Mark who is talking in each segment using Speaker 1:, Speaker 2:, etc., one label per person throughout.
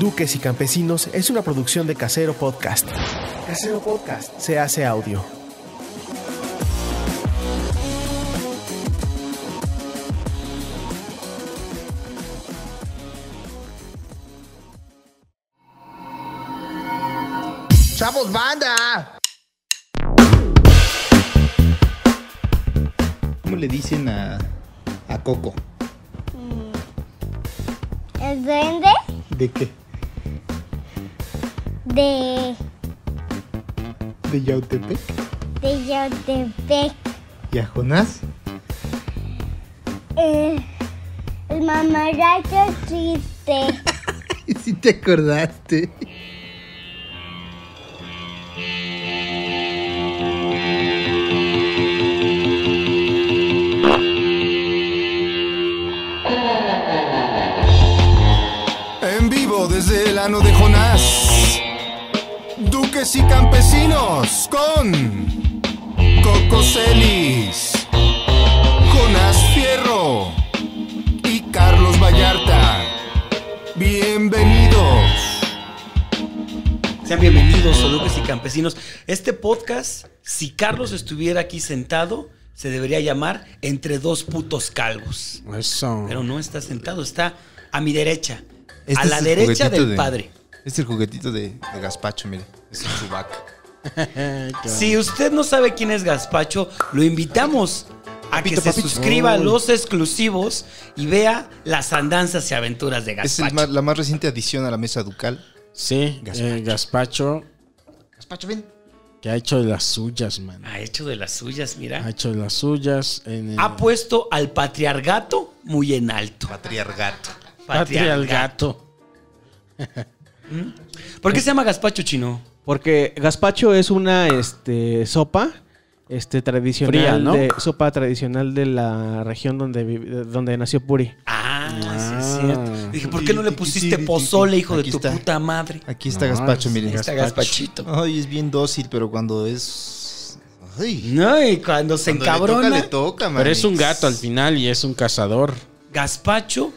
Speaker 1: Duques y Campesinos es una producción de Casero Podcast. Casero Podcast se hace audio.
Speaker 2: ¡Chavos, banda!
Speaker 3: ¿Cómo le dicen a, a Coco?
Speaker 4: ¿El duende?
Speaker 3: ¿De qué?
Speaker 4: De,
Speaker 3: ¿De Yautepec?
Speaker 4: de Yautepec.
Speaker 3: ¿Y a Jonás?
Speaker 4: Eh, el mamarracho triste.
Speaker 3: Y si te acordaste.
Speaker 5: En vivo desde el ano de Jonás. Duques y campesinos con Coco Celis, Jonás Fierro y Carlos Vallarta. Bienvenidos.
Speaker 6: Sean bienvenidos, Soluques y Campesinos. Este podcast, si Carlos estuviera aquí sentado, se debería llamar Entre dos putos calvos.
Speaker 7: Eso.
Speaker 6: Pero no está sentado, está a mi derecha.
Speaker 5: Este
Speaker 6: a
Speaker 5: es
Speaker 6: la
Speaker 5: el
Speaker 6: derecha
Speaker 5: juguetito
Speaker 6: del
Speaker 5: de-
Speaker 6: padre.
Speaker 5: Este es el juguetito de, de Gaspacho, mire. Es un chubaca.
Speaker 6: Si usted no sabe quién es Gaspacho, lo invitamos a que
Speaker 5: Papito,
Speaker 6: se
Speaker 5: papito.
Speaker 6: suscriba a
Speaker 5: Uy.
Speaker 6: los exclusivos y vea las andanzas y aventuras de
Speaker 5: Es el
Speaker 6: Gaspacho.
Speaker 5: más- la más reciente adición a la mesa ducal.
Speaker 7: Sí,
Speaker 5: Gazpacho.
Speaker 7: eh, Gazpacho,
Speaker 5: Gaspacho, ven. Ah.
Speaker 7: que ha hecho de las suyas, man.
Speaker 6: Ha hecho de las suyas,
Speaker 7: Ha
Speaker 6: mira.
Speaker 7: hecho de las suyas en el
Speaker 5: Ah,
Speaker 6: Ha puesto al patriargato muy en alto.
Speaker 5: Patriargato.
Speaker 7: Patria al
Speaker 6: Patriargato.
Speaker 7: Gato.
Speaker 6: ¿Por qué se llama Gaspacho Chino?
Speaker 8: Porque gazpacho es una este, sopa este, tradicional,
Speaker 7: Fría, ¿no?
Speaker 8: de, sopa tradicional de la región donde, vivi- de- donde nació Puri.
Speaker 6: Ah, sí es
Speaker 7: Ah.
Speaker 6: cierto. Dije, ¿por qué no le pusiste pozole, hijo de
Speaker 5: Aquí
Speaker 6: tu
Speaker 5: está.
Speaker 6: puta madre?
Speaker 5: Aquí está
Speaker 7: No,
Speaker 5: Gaspacho,
Speaker 7: es
Speaker 5: mire.
Speaker 7: Gazpacho.
Speaker 6: Gaspachito.
Speaker 5: Ay, es bien dócil, pero cuando es. Ay.
Speaker 6: No, y cuando se
Speaker 5: Cuando
Speaker 6: encabrona,
Speaker 5: Le toca, le toca, man.
Speaker 7: Pero es un gato al final y es un cazador.
Speaker 6: Gaspacho,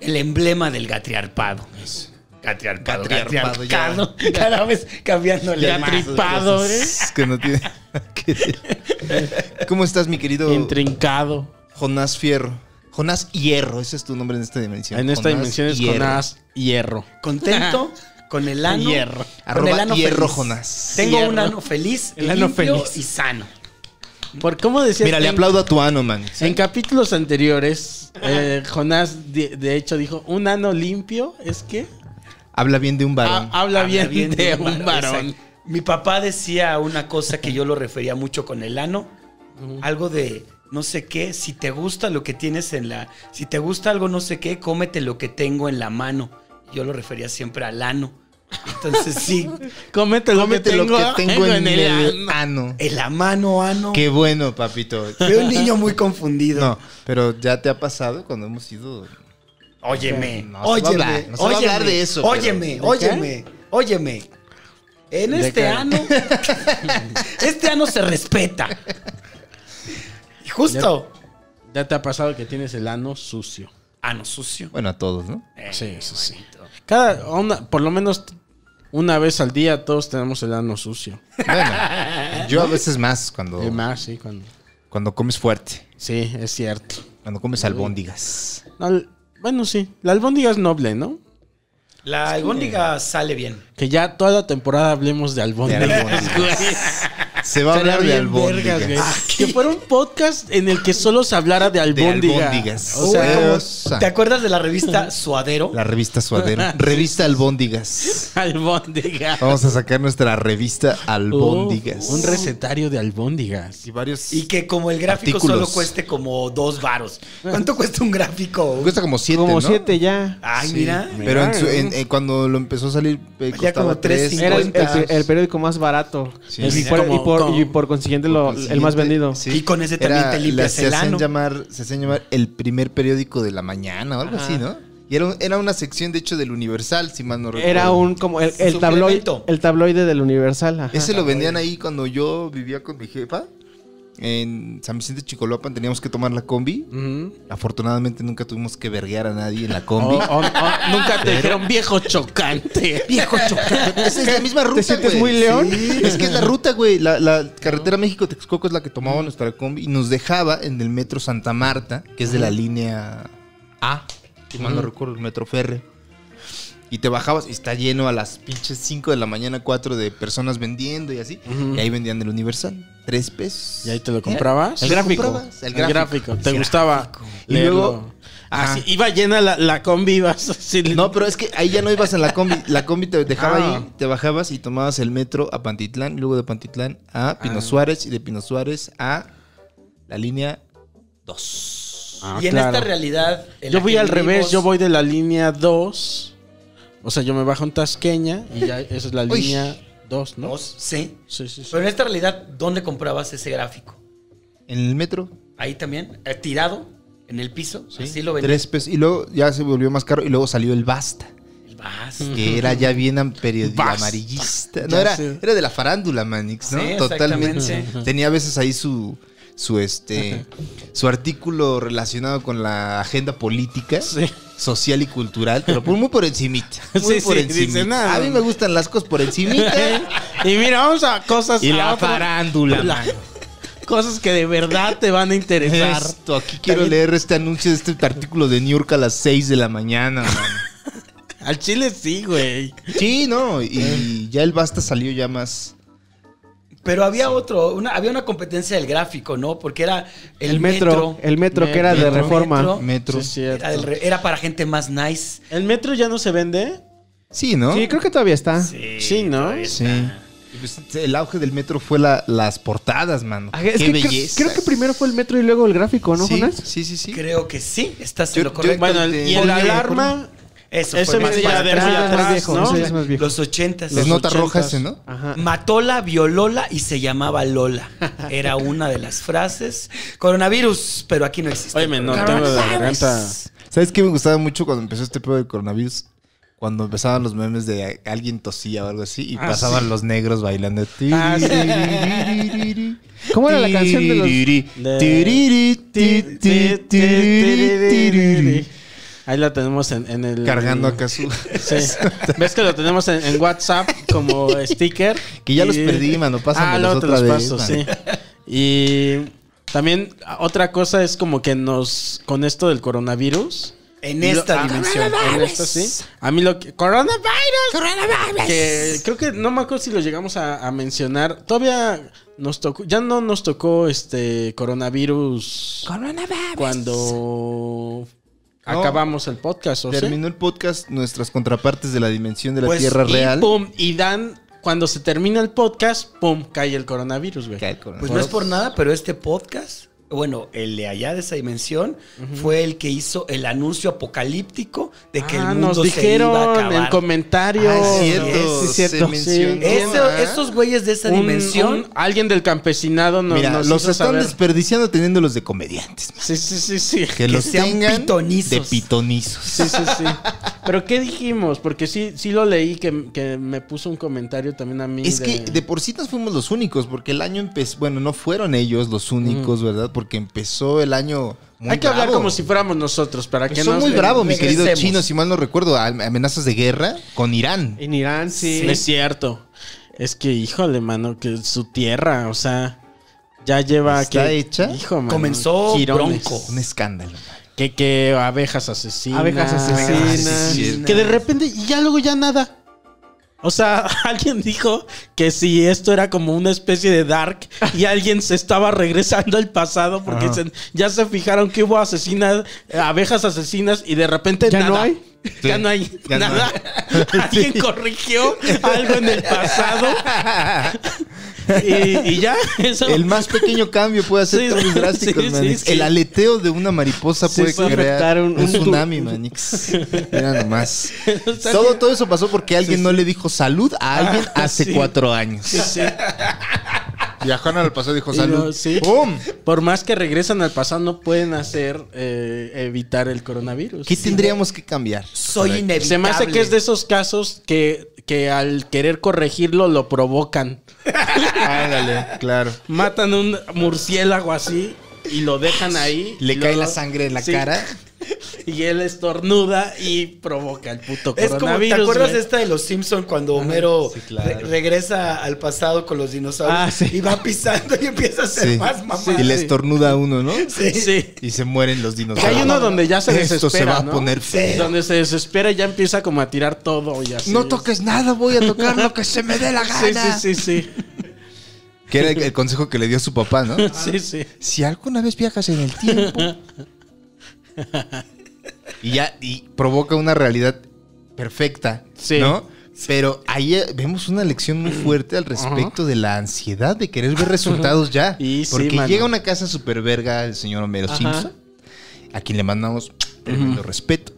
Speaker 6: el emblema del gatriarpado. Gatriarpado,
Speaker 5: Gatriarpado,
Speaker 6: gatriarpado. Cada vez cambiándole
Speaker 7: Ya
Speaker 6: más.
Speaker 7: tripado, ¿eh?
Speaker 5: Es que no tiene. que ver. ¿Cómo estás, mi querido
Speaker 7: Intrincado.
Speaker 5: Jonás Fierro? Jonás Hierro, ese es tu nombre en esta dimensión.
Speaker 7: En esta
Speaker 5: Jonás
Speaker 7: dimensión es
Speaker 5: Hierro.
Speaker 7: Jonás Hierro.
Speaker 6: Contento con el ano.
Speaker 7: Hierro.
Speaker 6: Con el
Speaker 5: Arroba
Speaker 6: ano
Speaker 5: hierro
Speaker 6: feliz.
Speaker 5: Jonás.
Speaker 6: Tengo un
Speaker 7: Hierro.
Speaker 6: ano feliz,
Speaker 7: El ano
Speaker 6: limpio
Speaker 7: feliz.
Speaker 6: y sano.
Speaker 7: ¿Por cómo decías?
Speaker 5: Mira, le
Speaker 7: en-
Speaker 5: aplaudo a tu ano, man.
Speaker 7: En capítulos anteriores, eh, Jonás de, de hecho dijo, un ano limpio es que
Speaker 5: Habla bien de un varón.
Speaker 7: ha- habla, bien, de
Speaker 6: un
Speaker 7: un varón.
Speaker 6: Exacto. Mi papá decía una cosa que yo lo refería mucho con el ano. Algo de no sé qué, si te gusta lo que tienes en la. Si te gusta algo no sé qué, cómete lo que tengo en la mano. Yo lo refería siempre al ano. Entonces sí,
Speaker 7: Cómete lo,
Speaker 5: Cómete
Speaker 7: que, tengo,
Speaker 5: lo que tengo en, el,
Speaker 7: ano.
Speaker 5: ano.
Speaker 6: el la mano, ano.
Speaker 5: Qué bueno, papito.
Speaker 6: Veo un niño muy confundido.
Speaker 5: No, pero ya te ha pasado cuando hemos ido.
Speaker 6: Óyeme,
Speaker 5: No se va a
Speaker 6: óyeme,
Speaker 5: hablar, no se va a hablar
Speaker 6: óyeme,
Speaker 5: de eso, pero-
Speaker 6: Óyeme,
Speaker 5: ¿De qué?
Speaker 6: óyeme, óyeme. En
Speaker 7: ¿De
Speaker 6: este
Speaker 7: qué?
Speaker 6: ano, este ano se respeta. Y justo.
Speaker 7: Ya te ha pasado que tienes el ano sucio.
Speaker 6: Ano sucio.
Speaker 5: Bueno, a todos, ¿no?
Speaker 6: Eh,
Speaker 7: Sí, eso sí.
Speaker 6: bonito.
Speaker 7: Cada una, por lo menos una vez al día todos tenemos el ano sucio.
Speaker 5: Bueno, yo a veces más cuando,
Speaker 7: Y más, sí, cuando.
Speaker 5: cuando comes fuerte,
Speaker 7: Sí, es cierto.
Speaker 5: cuando comes albóndigas.
Speaker 7: No, l- bueno, sí. La albóndiga es noble, ¿no?
Speaker 6: La albóndiga sale bien.
Speaker 7: Que ya toda la temporada hablemos de albóndigas.
Speaker 5: De albóndigas.
Speaker 7: güey.
Speaker 5: Se va a
Speaker 7: Estaría
Speaker 5: hablar de
Speaker 7: bien
Speaker 5: albóndigas. Ah,
Speaker 7: vergas, güey. Ah, que fuera un podcast en el que solo se hablara de
Speaker 5: de
Speaker 7: albóndiga.
Speaker 5: albóndigas.
Speaker 7: O sea,
Speaker 6: Uy,
Speaker 7: como
Speaker 5: Esa.
Speaker 6: ¿Te acuerdas de la revista Suadero?
Speaker 5: la revista Suadero. Revista Albóndigas.
Speaker 7: albóndiga.
Speaker 5: Vamos a sacar nuestra revista Albóndigas.
Speaker 7: Oh, un recetario de albóndigas.
Speaker 5: y varios.
Speaker 6: Y que como el gráfico
Speaker 5: Artículos.
Speaker 6: solo cueste como dos varos. ¿Cuánto cuesta un gráfico?
Speaker 5: cuesta como siete,
Speaker 8: Como
Speaker 5: ¿no?
Speaker 8: siete ya.
Speaker 6: Ay, mira.
Speaker 5: Pero en su- en- en- cuando lo empezó a salir, eh,
Speaker 6: Ya
Speaker 5: costaba
Speaker 6: como tres,
Speaker 5: tres.
Speaker 6: cinco.
Speaker 8: Era el,
Speaker 6: Cincuenta.
Speaker 8: el- el periódico más barato.
Speaker 5: Sí.
Speaker 8: Y,
Speaker 7: Es
Speaker 8: por,
Speaker 7: como-
Speaker 8: y
Speaker 7: como-
Speaker 8: por- y por consiguiente lo-
Speaker 5: Porque
Speaker 8: el más
Speaker 5: siguiente,
Speaker 8: vendido.
Speaker 5: sí.
Speaker 6: Y con ese también te limpias
Speaker 5: se
Speaker 6: el
Speaker 5: hacían
Speaker 6: ano.
Speaker 5: Llamar, se hacían llamar el primer periódico de la mañana o algo así, ¿no? Y era, un- era una sección, de hecho, del Universal, si mal no recuerdo.
Speaker 8: Era un como el, el tabloide,
Speaker 6: Suplemento.
Speaker 8: el tabloide del Universal. ajá.
Speaker 5: Ese lo vendían ahí cuando yo vivía con mi jefa. en San Vicente Chicoloapan teníamos que tomar la combi. Afortunadamente nunca tuvimos que verguear a nadie en la
Speaker 7: O-
Speaker 8: Oh.
Speaker 5: combi.
Speaker 7: o- o- Oh, nunca te dijeron viejo chocante. Viejo chocante.
Speaker 5: Esa es la misma ruta,
Speaker 8: sientes
Speaker 5: güey.
Speaker 8: muy león?
Speaker 5: Sí, Es que es la ruta, güey. La, la carretera México-Texcoco es la que tomaba nuestra combi y nos dejaba en el metro Santa Marta, que es de la línea A, si mal no recuerdo, el metro Ferre. Y te bajabas y está lleno a las pinches 5 de la mañana, 4 de personas vendiendo y así. Y ahí vendían el Universal. 3 pesos. Eh.
Speaker 7: ¿Y ahí te lo comprabas?
Speaker 5: El
Speaker 7: Te lo
Speaker 5: gráfico.
Speaker 7: comprabas, ¿Eh? El
Speaker 5: El
Speaker 7: gráfico.
Speaker 5: gráfico.
Speaker 7: ¿Te gustaba?
Speaker 5: Y
Speaker 7: leerlo?
Speaker 5: luego-
Speaker 7: Ah,
Speaker 5: Ajá.
Speaker 7: sí, iba llena la, la combi. ibas así.
Speaker 5: No, pero es que ahí ya no ibas en la combi. La combi te dejaba
Speaker 7: Ah.
Speaker 5: ahí, te bajabas y tomabas el metro a Pantitlán, y luego de Pantitlán a Pino Suárez y de Pino Suárez a la línea 2.
Speaker 7: Ah,
Speaker 6: y en
Speaker 7: claro.
Speaker 6: esta realidad. en
Speaker 7: Yo
Speaker 6: la
Speaker 7: voy
Speaker 6: que
Speaker 7: al revés.
Speaker 6: vivimos-
Speaker 7: Yo voy de la línea 2. O sea, yo me bajo en Tasqueña y ya esa es la
Speaker 5: Uy.
Speaker 7: línea 2, ¿no?
Speaker 6: Dos, Sí.
Speaker 7: Sí, sí, sí.
Speaker 6: Pero en esta realidad, ¿dónde comprabas ese gráfico?
Speaker 5: En el metro,
Speaker 6: Ahí también, eh, tirado en el piso.
Speaker 5: ¿sí?
Speaker 6: Así lo vendías.
Speaker 5: Tres pesos. Y luego ya se volvió más caro y luego salió el Basta,
Speaker 6: Vas.
Speaker 5: que era ya bien am- periodi-
Speaker 7: Basta.
Speaker 5: amarillista.
Speaker 7: Ya
Speaker 5: No, era,
Speaker 7: sé.
Speaker 5: era de la farándula, Manix, ¿no?
Speaker 6: Sí, exactamente.
Speaker 5: Totalmente. Tenía a veces ahí su... Su, este, su artículo relacionado con la agenda política.
Speaker 7: Sí.
Speaker 5: social y cultural, pero por muy por encimita. Muy
Speaker 7: Sí,
Speaker 5: por
Speaker 7: sí,
Speaker 5: encimita.
Speaker 7: dice nada.
Speaker 5: A mí me gustan las cosas por encimita.
Speaker 7: y mira, vamos a cosas.
Speaker 5: y
Speaker 7: a
Speaker 5: la
Speaker 7: otro-
Speaker 5: farándula.
Speaker 7: la-
Speaker 5: mano.
Speaker 7: Cosas que de verdad te van a interesar.
Speaker 5: Esto, aquí quiero leer este anuncio de este artículo de New York a las 6 de la mañana. mano.
Speaker 7: Al chile sí, güey.
Speaker 5: sí, no,
Speaker 7: Eh.
Speaker 5: y ya el basta salió ya más.
Speaker 6: Pero había otro, una, había una competencia del gráfico, ¿no? Porque era el,
Speaker 8: El metro,
Speaker 6: metro.
Speaker 8: el metro que era de
Speaker 7: Metro.
Speaker 8: reforma.
Speaker 6: Metro.
Speaker 5: Metro.
Speaker 7: Oh, Sí, es cierto.
Speaker 6: Era, del re- era para gente más nice.
Speaker 7: ¿El metro ya no se vende?
Speaker 5: Sí, ¿no?
Speaker 8: Sí, creo que todavía está.
Speaker 7: Sí, ¿no?
Speaker 5: Sí. Y pues, el auge del metro fue la- las portadas, mano.
Speaker 8: Ah,
Speaker 5: Qué
Speaker 8: es que creo-
Speaker 5: belleza.
Speaker 8: Creo, que primero fue el metro y luego el gráfico, ¿no,
Speaker 5: sí,
Speaker 8: Jonas?
Speaker 5: sí, sí, sí.
Speaker 6: Creo que sí, estás
Speaker 5: Yo-
Speaker 6: en lo
Speaker 5: yo-
Speaker 6: correcto.
Speaker 7: Bueno, el- y el
Speaker 5: Ponle-
Speaker 7: alarma.
Speaker 6: eso
Speaker 7: Eso
Speaker 6: fue más
Speaker 7: viene
Speaker 6: para
Speaker 7: ya de
Speaker 6: atrás.
Speaker 7: muy
Speaker 8: Ah, más
Speaker 7: atrás,
Speaker 8: viejo,
Speaker 7: ¿no?
Speaker 8: sí, es más viejo. Ah.
Speaker 6: Los ochentas.
Speaker 5: Es nota roja
Speaker 7: ochentas.
Speaker 5: ese, ¿no?
Speaker 8: Ajá.
Speaker 6: Matola, violola y se llamaba Lola. Era una de las frases. Coronavirus, pero aquí no existe.
Speaker 7: Oye, no
Speaker 6: Coronavirus.
Speaker 7: tengo la garganta.
Speaker 5: ¿Sabes qué me gustaba mucho cuando empezó este pedo del coronavirus? Cuando empezaban los memes de alguien tosía o algo así y
Speaker 7: Ah,
Speaker 5: pasaban
Speaker 7: sí.
Speaker 5: los negros bailando.
Speaker 7: Ah, sí.
Speaker 8: ¿Cómo era la canción de los-
Speaker 7: Ahí la tenemos en, en el.
Speaker 5: Cargando acá su...
Speaker 7: Sí. ¿Ves que lo tenemos en, en WhatsApp como sticker? Ah,
Speaker 5: Que ya los perdí, mano, pásamelos
Speaker 7: luego
Speaker 5: otra vez, mano.
Speaker 7: sí. Y también a- otra cosa es como que nos. Con esto del coronavirus.
Speaker 6: En
Speaker 7: y lo-
Speaker 6: esta
Speaker 7: ah,
Speaker 6: dimensión.
Speaker 7: En esta sí. A mí lo que. ¡Coronavirus! ¡Coronavirus! Que creo que no me acuerdo si lo llegamos a, a mencionar. Todavía nos tocó. Ya no nos tocó este coronavirus. Coronavirus. Cuando.
Speaker 5: No.
Speaker 7: Acabamos el podcast, ¿o sí?
Speaker 5: Terminó el podcast Nuestras Contrapartes de la Dimensión de la
Speaker 6: Pues,
Speaker 5: Tierra
Speaker 7: y
Speaker 5: Real.
Speaker 7: pum, y dan, cuando se termina el podcast, pum, cae el coronavirus, güey.
Speaker 5: Cae el coronavirus.
Speaker 6: Pues no es por nada, pero este podcast, bueno, el de allá de esa dimensión, fue el que hizo el anuncio apocalíptico de que
Speaker 7: Ah,
Speaker 6: el mundo
Speaker 7: nos
Speaker 6: se iba a
Speaker 7: dijeron en
Speaker 6: acabar.
Speaker 7: comentarios.
Speaker 5: Ah, es
Speaker 6: Sí,
Speaker 5: cierto,
Speaker 8: es cierto.
Speaker 5: se mencionó,
Speaker 6: Ese-
Speaker 5: ¿ah?
Speaker 6: Esos güeyes de esa
Speaker 7: Un-
Speaker 6: dimensión.
Speaker 7: un- alguien del campesinado nos,
Speaker 5: Mira,
Speaker 7: nos
Speaker 5: los
Speaker 7: hizo
Speaker 5: están
Speaker 7: saber.
Speaker 5: desperdiciando teniéndolos de comediantes. man.
Speaker 7: Sí, sí, sí, sí.
Speaker 5: Que, los
Speaker 6: sean
Speaker 5: tengan
Speaker 6: pitonizos.
Speaker 5: de pitonizos.
Speaker 7: Sí, sí, sí. Pero ¿qué dijimos? Porque sí, sí lo leí que, que me puso un comentario también a mí.
Speaker 5: Es que de por sí nos fuimos los únicos, porque el año empezó. Bueno, no fueron ellos los únicos, ¿verdad? Porque empezó el año. Muy
Speaker 7: Hay que hablar
Speaker 5: bravo.
Speaker 7: como si fuéramos nosotros para que
Speaker 5: Empezó
Speaker 7: no
Speaker 5: muy bravo, mi querido
Speaker 6: regresemos.
Speaker 5: chino, si mal no recuerdo. a- Amenazas de guerra con Irán.
Speaker 8: En Irán, sí.
Speaker 7: Es cierto. Es que, híjole, mano, que su tierra, o sea, ya lleva
Speaker 5: ¿Está
Speaker 7: que-
Speaker 5: hecha?
Speaker 7: Hijo, mano,
Speaker 6: Comenzó
Speaker 7: girones.
Speaker 6: bronco.
Speaker 5: Un escándalo. man.
Speaker 7: Que, que abejas asesinas.
Speaker 8: Abejas
Speaker 5: Ah,
Speaker 8: asesinas.
Speaker 5: sí, sí,
Speaker 7: Que de repente, y ya luego ya nada. O sea, alguien dijo que si esto era como una especie de dark y alguien se estaba regresando al pasado porque se- ya se fijaron que hubo asesinas, eh, abejas asesinas y de repente
Speaker 8: ¿Ya no
Speaker 7: nada.
Speaker 8: hay?
Speaker 7: Ya
Speaker 5: Sí,
Speaker 7: no hay
Speaker 5: ya no
Speaker 7: nada. Alguien corrigió algo en el pasado y, y ya. Eso.
Speaker 5: El más pequeño cambio puede hacer
Speaker 7: Sí,
Speaker 5: cambios
Speaker 7: sí,
Speaker 5: drásticos,
Speaker 7: sí,
Speaker 5: Manix.
Speaker 7: sí.
Speaker 5: El aleteo de una mariposa
Speaker 7: Sí,
Speaker 5: puede
Speaker 7: puede
Speaker 5: crear
Speaker 8: afectar un-
Speaker 5: un,
Speaker 8: un-
Speaker 5: tsunami, Manix. Mira nomás. Todo, todo eso pasó porque alguien no le dijo salud a alguien
Speaker 7: Ah,
Speaker 5: hace
Speaker 7: sí.
Speaker 5: cuatro años.
Speaker 7: Sí, sí.
Speaker 5: Viajaron al pasado y dijo
Speaker 7: Y
Speaker 5: salud.
Speaker 7: no, sí.
Speaker 5: ¡Pum!
Speaker 7: Por más que regresan al pasado, no pueden hacer eh, evitar el coronavirus.
Speaker 5: ¿Qué tendríamos que cambiar?
Speaker 6: Soy inevitable.
Speaker 7: Se me hace que es de esos casos que, que al querer corregirlo lo provocan.
Speaker 5: Ándale, claro.
Speaker 7: Matan un murciélago así y lo dejan ahí.
Speaker 5: Le
Speaker 7: y
Speaker 5: cae
Speaker 7: luego-
Speaker 5: la sangre en la
Speaker 7: Sí.
Speaker 5: cara.
Speaker 7: Y él estornuda y provoca el puto
Speaker 6: Es como, ¿te
Speaker 7: coronavirus.
Speaker 6: acuerdas
Speaker 7: güey.
Speaker 6: esta de los Simpson cuando Homero
Speaker 5: sí, claro.
Speaker 6: re- regresa al pasado con los dinosaurios
Speaker 8: Ah, sí.
Speaker 6: y va pisando y empieza a hacer
Speaker 5: Sí.
Speaker 6: más mamá?
Speaker 5: y le estornuda a uno, ¿no?
Speaker 7: Sí.
Speaker 5: Y se mueren los
Speaker 7: Que
Speaker 5: dinosaurios.
Speaker 7: hay uno donde ya se desespera.
Speaker 5: este? Esto se va
Speaker 7: ¿no?
Speaker 5: a poner feo.
Speaker 7: Donde se desespera y ya empieza como a tirar todo y así.
Speaker 5: No toques nada, voy a tocar lo que se me dé la
Speaker 7: Sí,
Speaker 5: gana.
Speaker 7: sí, sí, sí.
Speaker 5: Que era el, el consejo que le dio su papá, ¿no?
Speaker 7: Sí, sí.
Speaker 5: Si alguna vez viajas en el tiempo. y ya, y provoca una realidad perfecta,
Speaker 7: Sí.
Speaker 5: ¿no? Pero ahí eh, vemos una lección muy fuerte al respecto de la ansiedad de querer ver resultados ya.
Speaker 7: Y sí,
Speaker 5: porque
Speaker 7: mano.
Speaker 5: llega a una casa super verga el señor Homero
Speaker 7: Ajá.
Speaker 5: Simpson, a quien le mandamos tremendo respeto.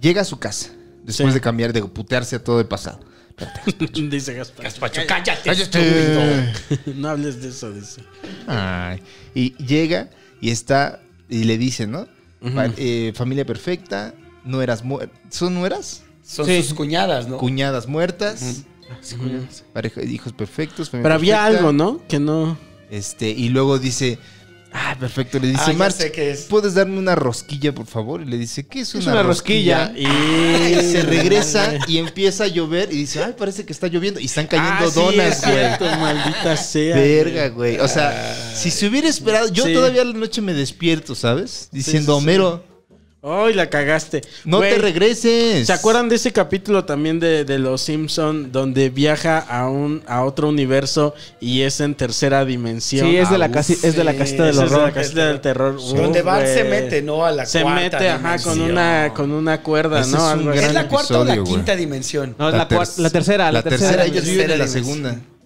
Speaker 5: Llega a su casa, después
Speaker 7: Sí.
Speaker 5: de cambiar, de putearse a todo el pasado.
Speaker 7: Dice Gaspar.
Speaker 6: Gaspacho, cállate.
Speaker 7: este
Speaker 5: Eh,
Speaker 7: No hables de eso, dice.
Speaker 5: Ay. Y llega y está y le dice, ¿no? Fa- eh, familia perfecta, no eras muer- ¿Son nueras?
Speaker 6: Son
Speaker 8: Sí.
Speaker 6: sus cuñadas, ¿no?
Speaker 5: Cuñadas muertas. pareja- hijos perfectos. familia
Speaker 7: Pero había
Speaker 5: perfecta.
Speaker 7: algo, ¿no? Que no.
Speaker 5: Este, y luego dice, ah, perfecto. Le
Speaker 6: Ah,
Speaker 5: dice,
Speaker 6: ya
Speaker 5: Marx,
Speaker 6: sé qué es.
Speaker 5: ¿puedes darme una rosquilla, por favor? Y le dice, ¿qué es una, rosquilla?
Speaker 7: Y
Speaker 5: Y se regresa y empieza a llover y dice, ay, parece que está lloviendo. Y están cayendo
Speaker 7: Ah, sí,
Speaker 5: donas,
Speaker 7: es
Speaker 5: güey.
Speaker 7: cierto, maldita sea.
Speaker 5: Verga, güey. O sea, si se hubiera esperado, yo
Speaker 7: Sí.
Speaker 5: todavía a la noche me despierto, ¿sabes? Diciendo,
Speaker 7: sí, sí.
Speaker 5: Homero,
Speaker 7: Ay, la cagaste.
Speaker 5: no
Speaker 7: Güey,
Speaker 5: te regreses.
Speaker 7: ¿Se acuerdan de ese capítulo también de, de Los Simpson donde viaja a un a otro universo y es en tercera dimensión?
Speaker 8: Sí, es de la,
Speaker 7: Ah,
Speaker 8: casi, es de la
Speaker 6: sí,
Speaker 8: casita del
Speaker 7: ese es de la
Speaker 8: horror.
Speaker 7: casita del terror. Uf,
Speaker 6: Donde Bart se
Speaker 7: güey.
Speaker 6: mete, ¿no? A la
Speaker 7: Se
Speaker 6: cuarta
Speaker 7: mete, ajá, con
Speaker 6: dimensión.
Speaker 7: una, con una cuerda,
Speaker 5: Ese
Speaker 7: ¿no?
Speaker 5: es un
Speaker 7: Algo
Speaker 5: gran
Speaker 6: ¿Es
Speaker 7: así.
Speaker 6: la cuarta o la
Speaker 5: episodio, güey.
Speaker 6: quinta dimensión?
Speaker 8: No, es la,
Speaker 5: ter-
Speaker 8: cuar- la tercera, la, tercera.
Speaker 5: ellos
Speaker 6: dimensión.
Speaker 5: viven en la
Speaker 6: Tercera
Speaker 5: segunda.
Speaker 6: dimensión.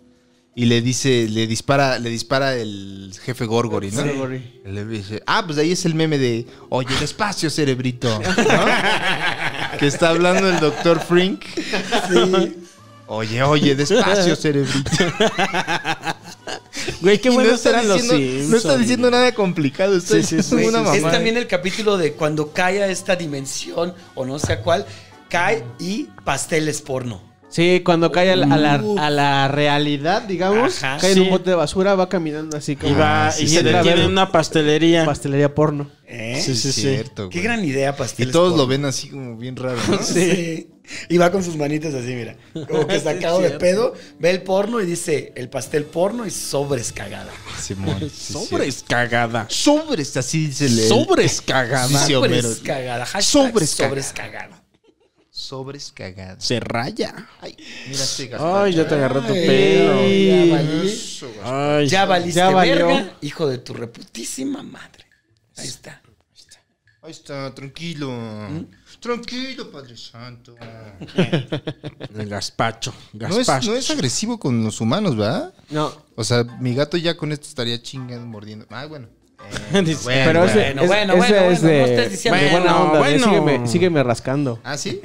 Speaker 5: Y le dice, le dispara, le dispara el jefe Gorgory, ¿no?
Speaker 7: Gorgory.
Speaker 5: Le dice, ah, pues ahí es el meme de, oye, despacio, cerebrito. ¿no? que está hablando el doctor Frink. Oye, oye, despacio, cerebrito.
Speaker 7: Güey, qué
Speaker 5: Y no
Speaker 7: buenos
Speaker 5: está
Speaker 7: eran los
Speaker 5: diciendo,
Speaker 7: Simpsons.
Speaker 5: No está diciendo nada complicado. Está
Speaker 7: Sí, sí,
Speaker 5: diciendo una
Speaker 7: sí, sí, sí.
Speaker 5: mamada.
Speaker 6: Es también el capítulo de cuando cae a esta dimensión o no sé a cuál, cae y pasteles porno.
Speaker 8: Sí, cuando cae al- a la, a la realidad, digamos,
Speaker 6: Ajá,
Speaker 8: cae
Speaker 7: sí.
Speaker 8: en un bote de basura, va caminando así como
Speaker 7: Y va,
Speaker 5: Ah, sí,
Speaker 7: y
Speaker 5: sí,
Speaker 7: se
Speaker 5: sí.
Speaker 7: detiene en una pastelería.
Speaker 8: pastelería porno.
Speaker 6: ¿Eh?
Speaker 7: Sí, sí,
Speaker 5: Es
Speaker 7: sí.
Speaker 5: cierto,
Speaker 6: Qué
Speaker 5: güey.
Speaker 6: gran idea,
Speaker 5: Y
Speaker 6: pasteles
Speaker 5: todos lo
Speaker 6: porno. Ah,
Speaker 5: ven así como bien raro, ¿no?
Speaker 6: Sí. Y va con sus manitas así, mira. Como que sacado de pedo, ve el porno y dice el pastel porno y sobres cagada.
Speaker 5: Simón, sí, es cierto.
Speaker 7: Sobres cagada.
Speaker 5: Sobres, así dice el...
Speaker 7: Sobres cagada.
Speaker 5: Sí, sí, Homero.
Speaker 6: Sobres cagada. Hashtag
Speaker 5: Sobres
Speaker 6: sobres,
Speaker 5: cagada.
Speaker 6: cagada.
Speaker 5: Sobres cagadas.
Speaker 7: Se raya.
Speaker 5: Ay, mira este Gaspar.
Speaker 7: Ay, ya te agarró tu
Speaker 6: Ay,
Speaker 7: pelo.
Speaker 6: ya valí-
Speaker 7: Ay,
Speaker 6: Ya valiste
Speaker 8: Ya valió.
Speaker 6: verga, hijo de tu reputísima madre. Ahí está.
Speaker 5: Ahí está, tranquilo.
Speaker 7: ¿Mm?
Speaker 5: Tranquilo, Padre Santo.
Speaker 7: el gazpacho.
Speaker 5: No es,
Speaker 7: Gazpacho.
Speaker 5: no es agresivo con los humanos, ¿verdad?
Speaker 8: No,
Speaker 5: O sea, mi gato ya con esto estaría chingando, mordiendo. Ah, bueno.
Speaker 7: Dice,
Speaker 5: bueno,
Speaker 8: pero ese,
Speaker 5: bueno.
Speaker 8: es,
Speaker 6: bueno, bueno,
Speaker 8: ese es
Speaker 6: bueno,
Speaker 8: de,
Speaker 6: no estés diciendo-
Speaker 8: de buena
Speaker 7: Bueno,
Speaker 8: onda, de
Speaker 7: bueno.
Speaker 8: sígueme, sígueme rascando.
Speaker 5: ¿Ah, sí?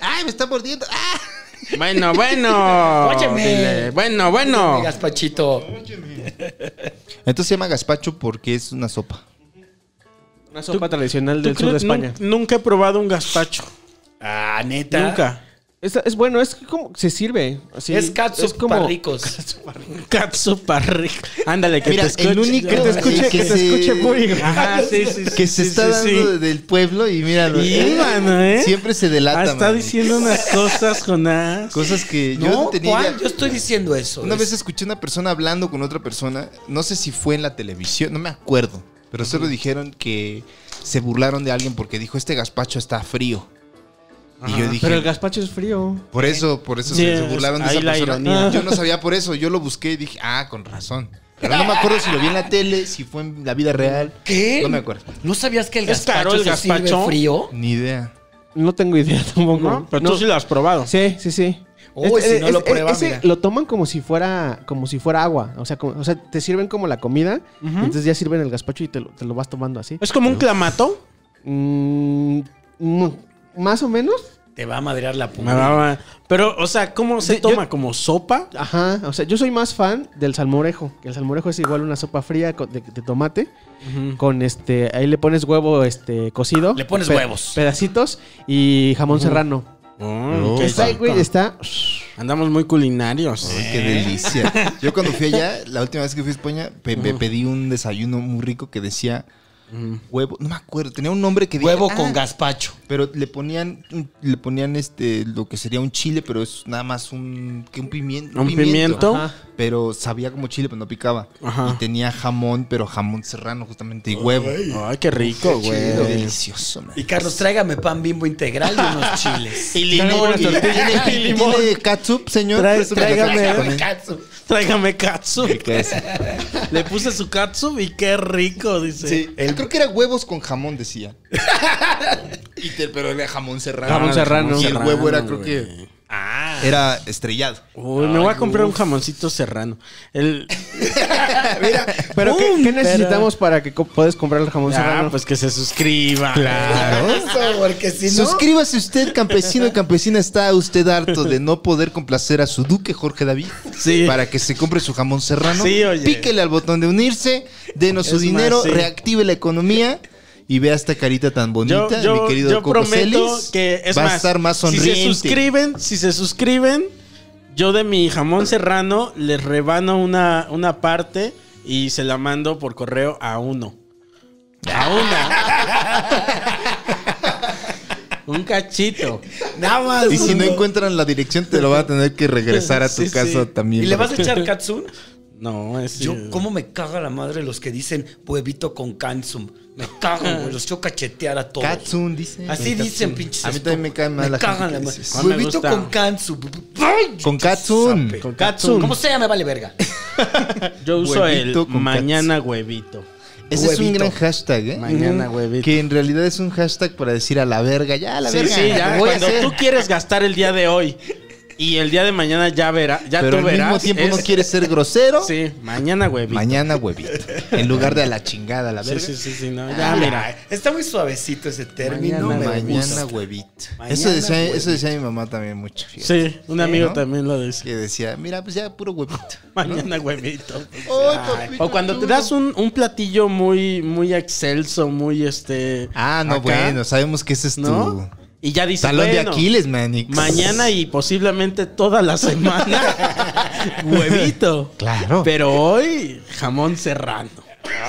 Speaker 5: ¡Ay, me está mordiendo! ¡Ah!
Speaker 7: Bueno, bueno.
Speaker 6: Óyeme.
Speaker 7: Dile, Bueno, bueno.
Speaker 6: Digas, Pachito.
Speaker 5: Entonces se llama gazpacho porque es una sopa.
Speaker 8: Una sopa tradicional del
Speaker 7: Yo creo
Speaker 8: sur de
Speaker 7: que nun-
Speaker 8: España.
Speaker 7: Nunca he probado un gazpacho.
Speaker 6: Ah, neta.
Speaker 7: Nunca.
Speaker 8: Es, es bueno, es como se sirve. así,
Speaker 6: es catsup
Speaker 8: como-
Speaker 6: para ricos.
Speaker 7: Katsu parric. Ándale, que
Speaker 5: Mira,
Speaker 7: te
Speaker 5: el
Speaker 7: escuche.
Speaker 5: único-
Speaker 7: Que te escuche.
Speaker 8: Escuche,
Speaker 5: que
Speaker 8: que,
Speaker 5: se-
Speaker 8: se escuche muy
Speaker 7: Ajá, sí, sí, sí,
Speaker 5: Que se
Speaker 7: sí,
Speaker 5: está
Speaker 7: sí, sí.
Speaker 5: dando del pueblo y míralo.
Speaker 7: Y,
Speaker 5: Eh,
Speaker 7: mano, ¿eh?
Speaker 5: Siempre se delata,
Speaker 7: Ah, está
Speaker 5: mano.
Speaker 7: diciendo unas cosas, Jonás.
Speaker 5: Cosas que yo
Speaker 6: no,
Speaker 5: no tenía
Speaker 6: Juan,
Speaker 5: idea.
Speaker 6: yo estoy diciendo eso.
Speaker 5: Una
Speaker 6: Es-
Speaker 5: vez escuché una persona hablando con otra persona, no sé si fue en la televisión, no me acuerdo, pero solo dijeron que se burlaron de alguien porque dijo, este gazpacho está frío. Y yo dije,
Speaker 8: Pero el gazpacho es frío.
Speaker 5: por eso, por eso
Speaker 7: Sí,
Speaker 5: se, se burlaron de
Speaker 7: ahí
Speaker 5: esa
Speaker 7: la
Speaker 5: persona.
Speaker 7: ironía.
Speaker 5: Yo no sabía por eso, yo lo busqué y dije, ah, con razón. Pero no me acuerdo si lo vi en la tele, si fue en la vida real.
Speaker 6: ¿Qué?
Speaker 5: No me acuerdo.
Speaker 6: ¿No sabías que el
Speaker 7: ¿Es
Speaker 6: gazpacho
Speaker 7: caro el
Speaker 6: se
Speaker 7: gazpacho?
Speaker 6: sirve frío?
Speaker 5: Ni idea.
Speaker 8: No tengo idea tampoco.
Speaker 7: ¿No? Pero
Speaker 8: No.
Speaker 7: tú sí lo has probado.
Speaker 8: Sí, sí, sí. Este, e,
Speaker 6: Uy, si no lo prueba,
Speaker 8: ese
Speaker 6: mira.
Speaker 8: lo toman como si fuera como si fuera agua, o sea, como- o sea, te sirven como la comida, entonces ya sirven el gazpacho y te lo, te lo vas tomando así.
Speaker 6: Pues
Speaker 7: Es como un clamato.
Speaker 8: Mm, mm, más o menos.
Speaker 6: Te va a madrear la
Speaker 7: Me
Speaker 6: puta.
Speaker 7: va- Pero, o sea, ¿cómo se
Speaker 8: Yo-
Speaker 7: toma? ¿Como sopa?
Speaker 8: Ajá, o sea, yo soy más fan del salmorejo, que el salmorejo es igual una sopa fría co- de, de tomate con este, ahí le pones huevo este cocido,
Speaker 6: Le pones
Speaker 8: pe-
Speaker 6: huevos.
Speaker 8: pedacitos y jamón serrano.
Speaker 7: Mm, qué
Speaker 8: Está,
Speaker 7: rico.
Speaker 8: güey, está.
Speaker 7: Andamos muy culinarios.
Speaker 5: Ay, qué delicia. Yo cuando fui allá, la última vez que fui a España, pe- me pedí un desayuno muy rico que decía huevo, no me acuerdo, tenía un nombre que
Speaker 6: Huevo
Speaker 5: ah,
Speaker 6: con gazpacho.
Speaker 5: Pero le ponían, un- le ponían este, lo que sería un chile, pero es nada más un, que un pimiento.
Speaker 7: ¿Un pimiento?
Speaker 5: Ajá. Pero sabía como chile, pero no picaba.
Speaker 7: Ajá.
Speaker 5: Y tenía jamón, pero jamón serrano justamente y huevo.
Speaker 7: Ay, qué rico,
Speaker 5: Qué
Speaker 7: güey.
Speaker 5: delicioso, man.
Speaker 6: Y Carlos, tráigame pan bimbo integral y unos chiles.
Speaker 5: Y limón. Y ¿Tiene, ¿tiene catsup, señor?
Speaker 7: Trae-
Speaker 5: Préstamela.
Speaker 7: tráigame.
Speaker 6: Katsu.
Speaker 7: Tráigame katsu.
Speaker 5: ¿Qué es?
Speaker 7: Le puse su katsu y qué rico, dice.
Speaker 5: Sí, él creo que era huevos con jamón, decía. Y te- pero era jamón serrano.
Speaker 7: Jamón
Speaker 5: Ah,
Speaker 7: serrano.
Speaker 5: Y el
Speaker 7: Serrano,
Speaker 5: huevo era, creo
Speaker 7: güey. Ah.
Speaker 5: que. Era estrellado.
Speaker 7: Uy, me voy a comprar un jamoncito serrano. El,
Speaker 8: Pero, ¿qué,
Speaker 7: Boom,
Speaker 8: qué necesitamos para que co- puedas comprar el jamón
Speaker 7: ah,
Speaker 8: serrano?
Speaker 7: pues que se suscriba.
Speaker 5: Ah,
Speaker 6: Eso, porque si no.
Speaker 5: Suscríbase usted, campesino y campesina. Está usted harto de no poder complacer a su duque Jorge David
Speaker 7: Sí.
Speaker 5: para que se compre su jamón serrano.
Speaker 7: Sí, oye.
Speaker 5: Píquele al botón de unirse, denos su
Speaker 7: Es más,
Speaker 5: dinero,
Speaker 7: sí.
Speaker 5: reactive la economía. Y vea esta carita tan bonita,
Speaker 7: Yo, yo,
Speaker 5: mi querido
Speaker 7: yo
Speaker 5: Coco
Speaker 7: prometo
Speaker 5: Celis.
Speaker 7: que es
Speaker 5: va
Speaker 7: más,
Speaker 5: a estar más sonriente.
Speaker 7: Si se suscriben, si se suscriben, yo de mi jamón serrano les rebano una, una parte y se la mando por correo a uno. A una. Un cachito.
Speaker 6: Nada más.
Speaker 5: Y si no encuentran la dirección, te lo van a tener que regresar a tu
Speaker 7: Sí, sí.
Speaker 5: casa también.
Speaker 6: ¿Y le vas a echar katsu?
Speaker 7: No, es. eh,
Speaker 6: Yo, ¿cómo me caga la madre los que dicen huevito con kansum? Me cagan, güey. Los quiero cachetear a todos.
Speaker 5: Katsun, dice.
Speaker 6: Así
Speaker 5: Con
Speaker 6: dicen,
Speaker 5: Katsun.
Speaker 6: pinches.
Speaker 5: A mí también me caen mal
Speaker 6: Me
Speaker 5: la gente
Speaker 6: cagan la
Speaker 5: que
Speaker 6: madre.
Speaker 5: dice eso.
Speaker 7: Ah, me
Speaker 6: Huevito
Speaker 7: gusta.
Speaker 6: con kansu. Ay,
Speaker 5: Con Katsun.
Speaker 6: sape.
Speaker 7: Con katsu.
Speaker 6: Como sea, me vale verga.
Speaker 7: Yo uso el
Speaker 5: Huevito con
Speaker 7: mañana huevito.
Speaker 5: Ese es un
Speaker 6: Huevito.
Speaker 5: gran hashtag, ¿eh?
Speaker 7: Mañana
Speaker 5: Ujú.
Speaker 7: huevito.
Speaker 5: Que en realidad es un hashtag para decir a la verga, ya a la
Speaker 7: Sí,
Speaker 5: verga.
Speaker 7: sí, ya.
Speaker 5: lo voy a
Speaker 7: Cuando
Speaker 5: hacer.
Speaker 7: tú quieres gastar el día de hoy y el día de mañana ya verás, ya
Speaker 5: Pero
Speaker 7: tú
Speaker 5: al
Speaker 7: verás.
Speaker 5: mismo tiempo no
Speaker 7: es-
Speaker 5: quieres ser grosero.
Speaker 7: Sí, mañana huevito.
Speaker 5: Mañana huevito. En lugar de a la chingada, a la
Speaker 7: Sí,
Speaker 5: verga. Ah,
Speaker 7: sí, sí, sí, no, ya Ah, mira.
Speaker 6: Está muy suavecito ese término.
Speaker 7: Mañana,
Speaker 6: me
Speaker 5: Mañana
Speaker 6: gusta.
Speaker 5: huevito.
Speaker 7: Mañana
Speaker 5: Eso decía, eso decía mi mamá también mucho. fíjate.
Speaker 7: Sí, un amigo
Speaker 5: ¿no?
Speaker 7: también lo dice.
Speaker 5: Que decía, mira, pues ya puro huevito.
Speaker 7: Mañana huevito.
Speaker 5: Ay, papito
Speaker 7: O cuando te
Speaker 5: chulo.
Speaker 7: das un, un platillo muy, muy excelso, muy este.
Speaker 5: Ah, no,
Speaker 7: acá,
Speaker 5: bueno, sabemos que ese es tu
Speaker 7: ¿No? Y ya dices,
Speaker 5: talón de
Speaker 7: bueno,
Speaker 5: Aquiles, manix.
Speaker 7: mañana y posiblemente toda la semana. huevito.
Speaker 5: Claro.
Speaker 7: Pero hoy, jamón serrano.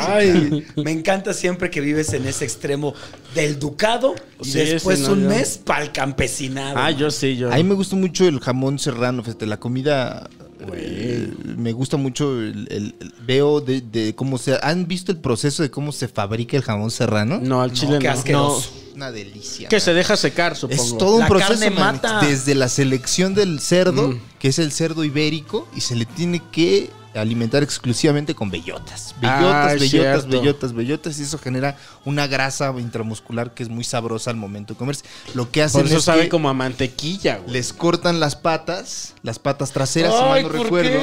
Speaker 6: Ay, me encanta siempre que vives en ese extremo del ducado y
Speaker 7: Sí,
Speaker 6: después
Speaker 7: sí, no,
Speaker 6: un
Speaker 7: yo-
Speaker 6: mes para el campesinado.
Speaker 7: Ah, yo sí, yo.
Speaker 5: A mí me gusta mucho el jamón serrano, fíjate, la comida. eh, me gusta mucho el, el- el- veo de, de cómo se han visto el proceso de cómo se fabrica el jamón serrano.
Speaker 7: No, al chile
Speaker 6: No, qué
Speaker 7: no.
Speaker 6: asqueroso.
Speaker 5: Una delicia.
Speaker 7: No. Que
Speaker 5: man.
Speaker 7: se deja secar, supongo.
Speaker 5: es todo un
Speaker 6: La
Speaker 5: proceso
Speaker 6: carne
Speaker 5: man.
Speaker 6: mata.
Speaker 5: desde la selección del cerdo,
Speaker 7: Mm.
Speaker 5: que es el cerdo ibérico, y se le tiene que alimentar exclusivamente con bellotas.
Speaker 7: Ah,
Speaker 5: Bellotas,
Speaker 7: es
Speaker 5: bellotas,
Speaker 7: cierto.
Speaker 5: bellotas, bellotas, y eso genera una grasa intramuscular que es muy sabrosa al momento de comerse. Lo que hacen
Speaker 7: Por eso
Speaker 5: es
Speaker 7: sabe
Speaker 5: que
Speaker 7: como a mantequilla, güey.
Speaker 5: les cortan las patas, las patas traseras, si mal no recuerdo.